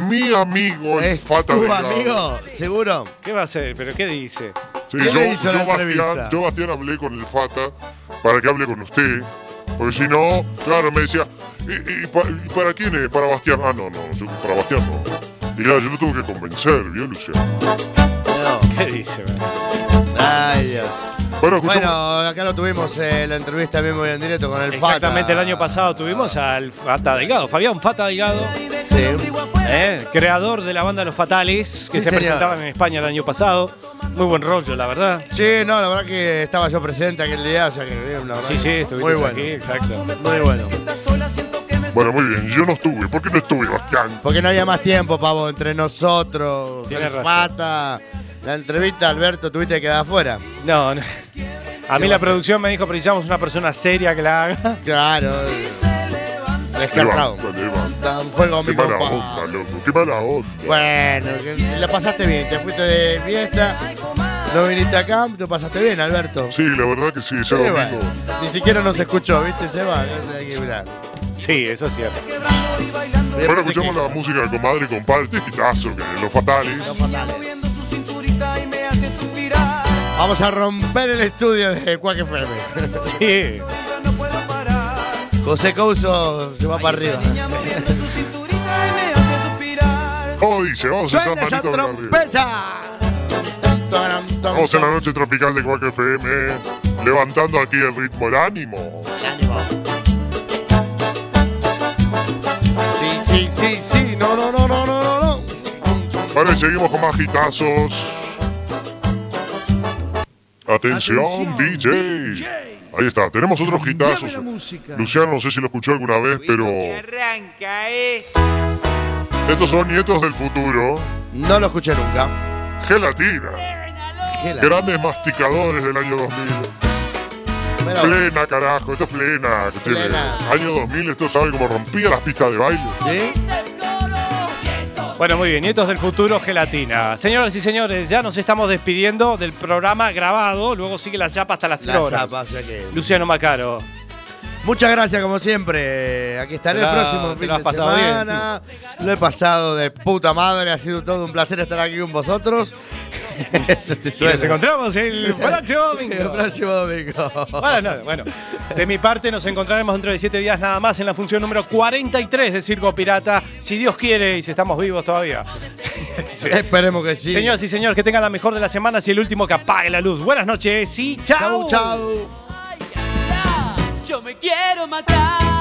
Speaker 7: mi amigo, el
Speaker 9: ¿Es
Speaker 7: Fata
Speaker 9: tu
Speaker 7: Delgado.
Speaker 9: amigo? ¿Seguro?
Speaker 10: ¿Qué va a hacer? ¿Pero qué dice?
Speaker 7: Sí,
Speaker 9: ¿Qué
Speaker 7: yo,
Speaker 9: le hizo
Speaker 7: yo,
Speaker 9: la
Speaker 7: Bastián,
Speaker 9: entrevista?
Speaker 7: yo, Bastián, hablé con el Fata para que hable con usted. Porque si no, claro, me decía, ¿y, y pa- y para quién es? Para Bastián. Ah, no, no, yo- para Bastián no. Y claro, yo lo tuve que convencer, ¿vio, Luciano?
Speaker 9: No.
Speaker 10: ¿Qué dice?
Speaker 9: Ay, Dios.
Speaker 7: Bueno, escuchamos.
Speaker 9: Bueno, acá lo tuvimos eh, la entrevista en vivo y en directo con el Fata.
Speaker 10: Exactamente el año pasado tuvimos al Fata Delgado, Fabián Fata Delgado,
Speaker 9: Sí.
Speaker 10: ¿eh? creador de la banda Los Fatales, que
Speaker 9: Sí,
Speaker 10: se
Speaker 9: señor.
Speaker 10: presentaban en España el año pasado. Muy buen rollo, la verdad.
Speaker 9: Sí, no, la verdad que estaba yo presente aquel día, o sea que eh, la verdad
Speaker 10: Sí, sí,
Speaker 9: que
Speaker 10: estuviste
Speaker 9: Muy bueno,
Speaker 10: aquí, exacto.
Speaker 9: muy bueno.
Speaker 7: Bueno, muy bien, yo no estuve. ¿Por qué no estuve, Bastián?
Speaker 9: Porque no había más tiempo, pavo, entre nosotros,
Speaker 10: Tienes
Speaker 9: el
Speaker 10: razón.
Speaker 9: Fata. La entrevista, Alberto, tuviste que quedar afuera.
Speaker 10: No, no. A mí la producción me dijo, precisamos una persona seria que la haga.
Speaker 9: Claro. Descartado. Tan fuego mi
Speaker 7: Qué mala
Speaker 9: compa.
Speaker 7: onda, loco. Qué mala onda.
Speaker 9: Bueno, que la pasaste bien, te fuiste de fiesta, no viniste acá, te pasaste bien, Alberto.
Speaker 7: Sí, la verdad que sí, ese
Speaker 9: Sí,
Speaker 7: domingo.
Speaker 9: bueno. Ni siquiera nos escuchó, ¿viste, Seba? Hay que mirar.
Speaker 10: Sí, eso es cierto.
Speaker 7: Bueno, escuchamos la música de comadre y compadre. Este hitazo, que los fatales.
Speaker 9: Vamos a romper el estudio de Quack FM.
Speaker 10: Sí.
Speaker 9: José Couso se va para arriba.
Speaker 7: ¿Cómo dice? Vamos a
Speaker 9: ¡Suena esa
Speaker 7: San Marito de la Ría.
Speaker 9: trompeta!
Speaker 7: Vamos a la noche tropical de Cuac FM. eh, Levantando aquí el ritmo, el ánimo.
Speaker 9: Sí, sí, sí, sí. No, no, no, no, no, no. no.
Speaker 7: Vale, seguimos con más hitazos. Atención, DJ. Ahí está, tenemos otros hitazos. Luciano, no sé si lo escuchó alguna vez, pero
Speaker 16: Arranca, eh.
Speaker 7: estos son nietos del futuro.
Speaker 9: No lo escuché nunca.
Speaker 7: Gelatina.
Speaker 9: Gelatina.
Speaker 7: Grandes masticadores del año 2000. Plena, carajo, esto es plena. che.
Speaker 9: Plena.
Speaker 7: Año 2000, esto sabe cómo rompía las pistas de baile.
Speaker 10: Bueno, muy bien, nietos del futuro, gelatina. Señoras y señores, ya nos estamos despidiendo del programa grabado, luego sigue la chapa hasta las
Speaker 9: La
Speaker 10: horas.
Speaker 9: chapa, o sea que-
Speaker 10: Luciano Macaro.
Speaker 9: Muchas gracias, como siempre. Aquí estaré
Speaker 10: Te la-
Speaker 9: el próximo
Speaker 10: te
Speaker 9: fin
Speaker 10: la has
Speaker 9: de
Speaker 10: pasado bien,
Speaker 9: semana. Lo he pasado de puta madre. Ha sido todo un placer estar aquí con vosotros. Eso te
Speaker 10: Y
Speaker 9: suena.
Speaker 10: nos encontramos el próximo domingo.
Speaker 9: El próximo domingo.
Speaker 10: Para nada, bueno. De mi parte, nos encontraremos dentro de siete días nada más en la función número 43 de Circo Pirata, si Dios quiere y si estamos vivos todavía.
Speaker 9: Esperemos que sí.
Speaker 10: Señoras y señores, que tengan la mejor de las semanas y el último que apague la luz. Buenas noches y chao.
Speaker 9: Chau, chau.
Speaker 15: Yo me quiero matar.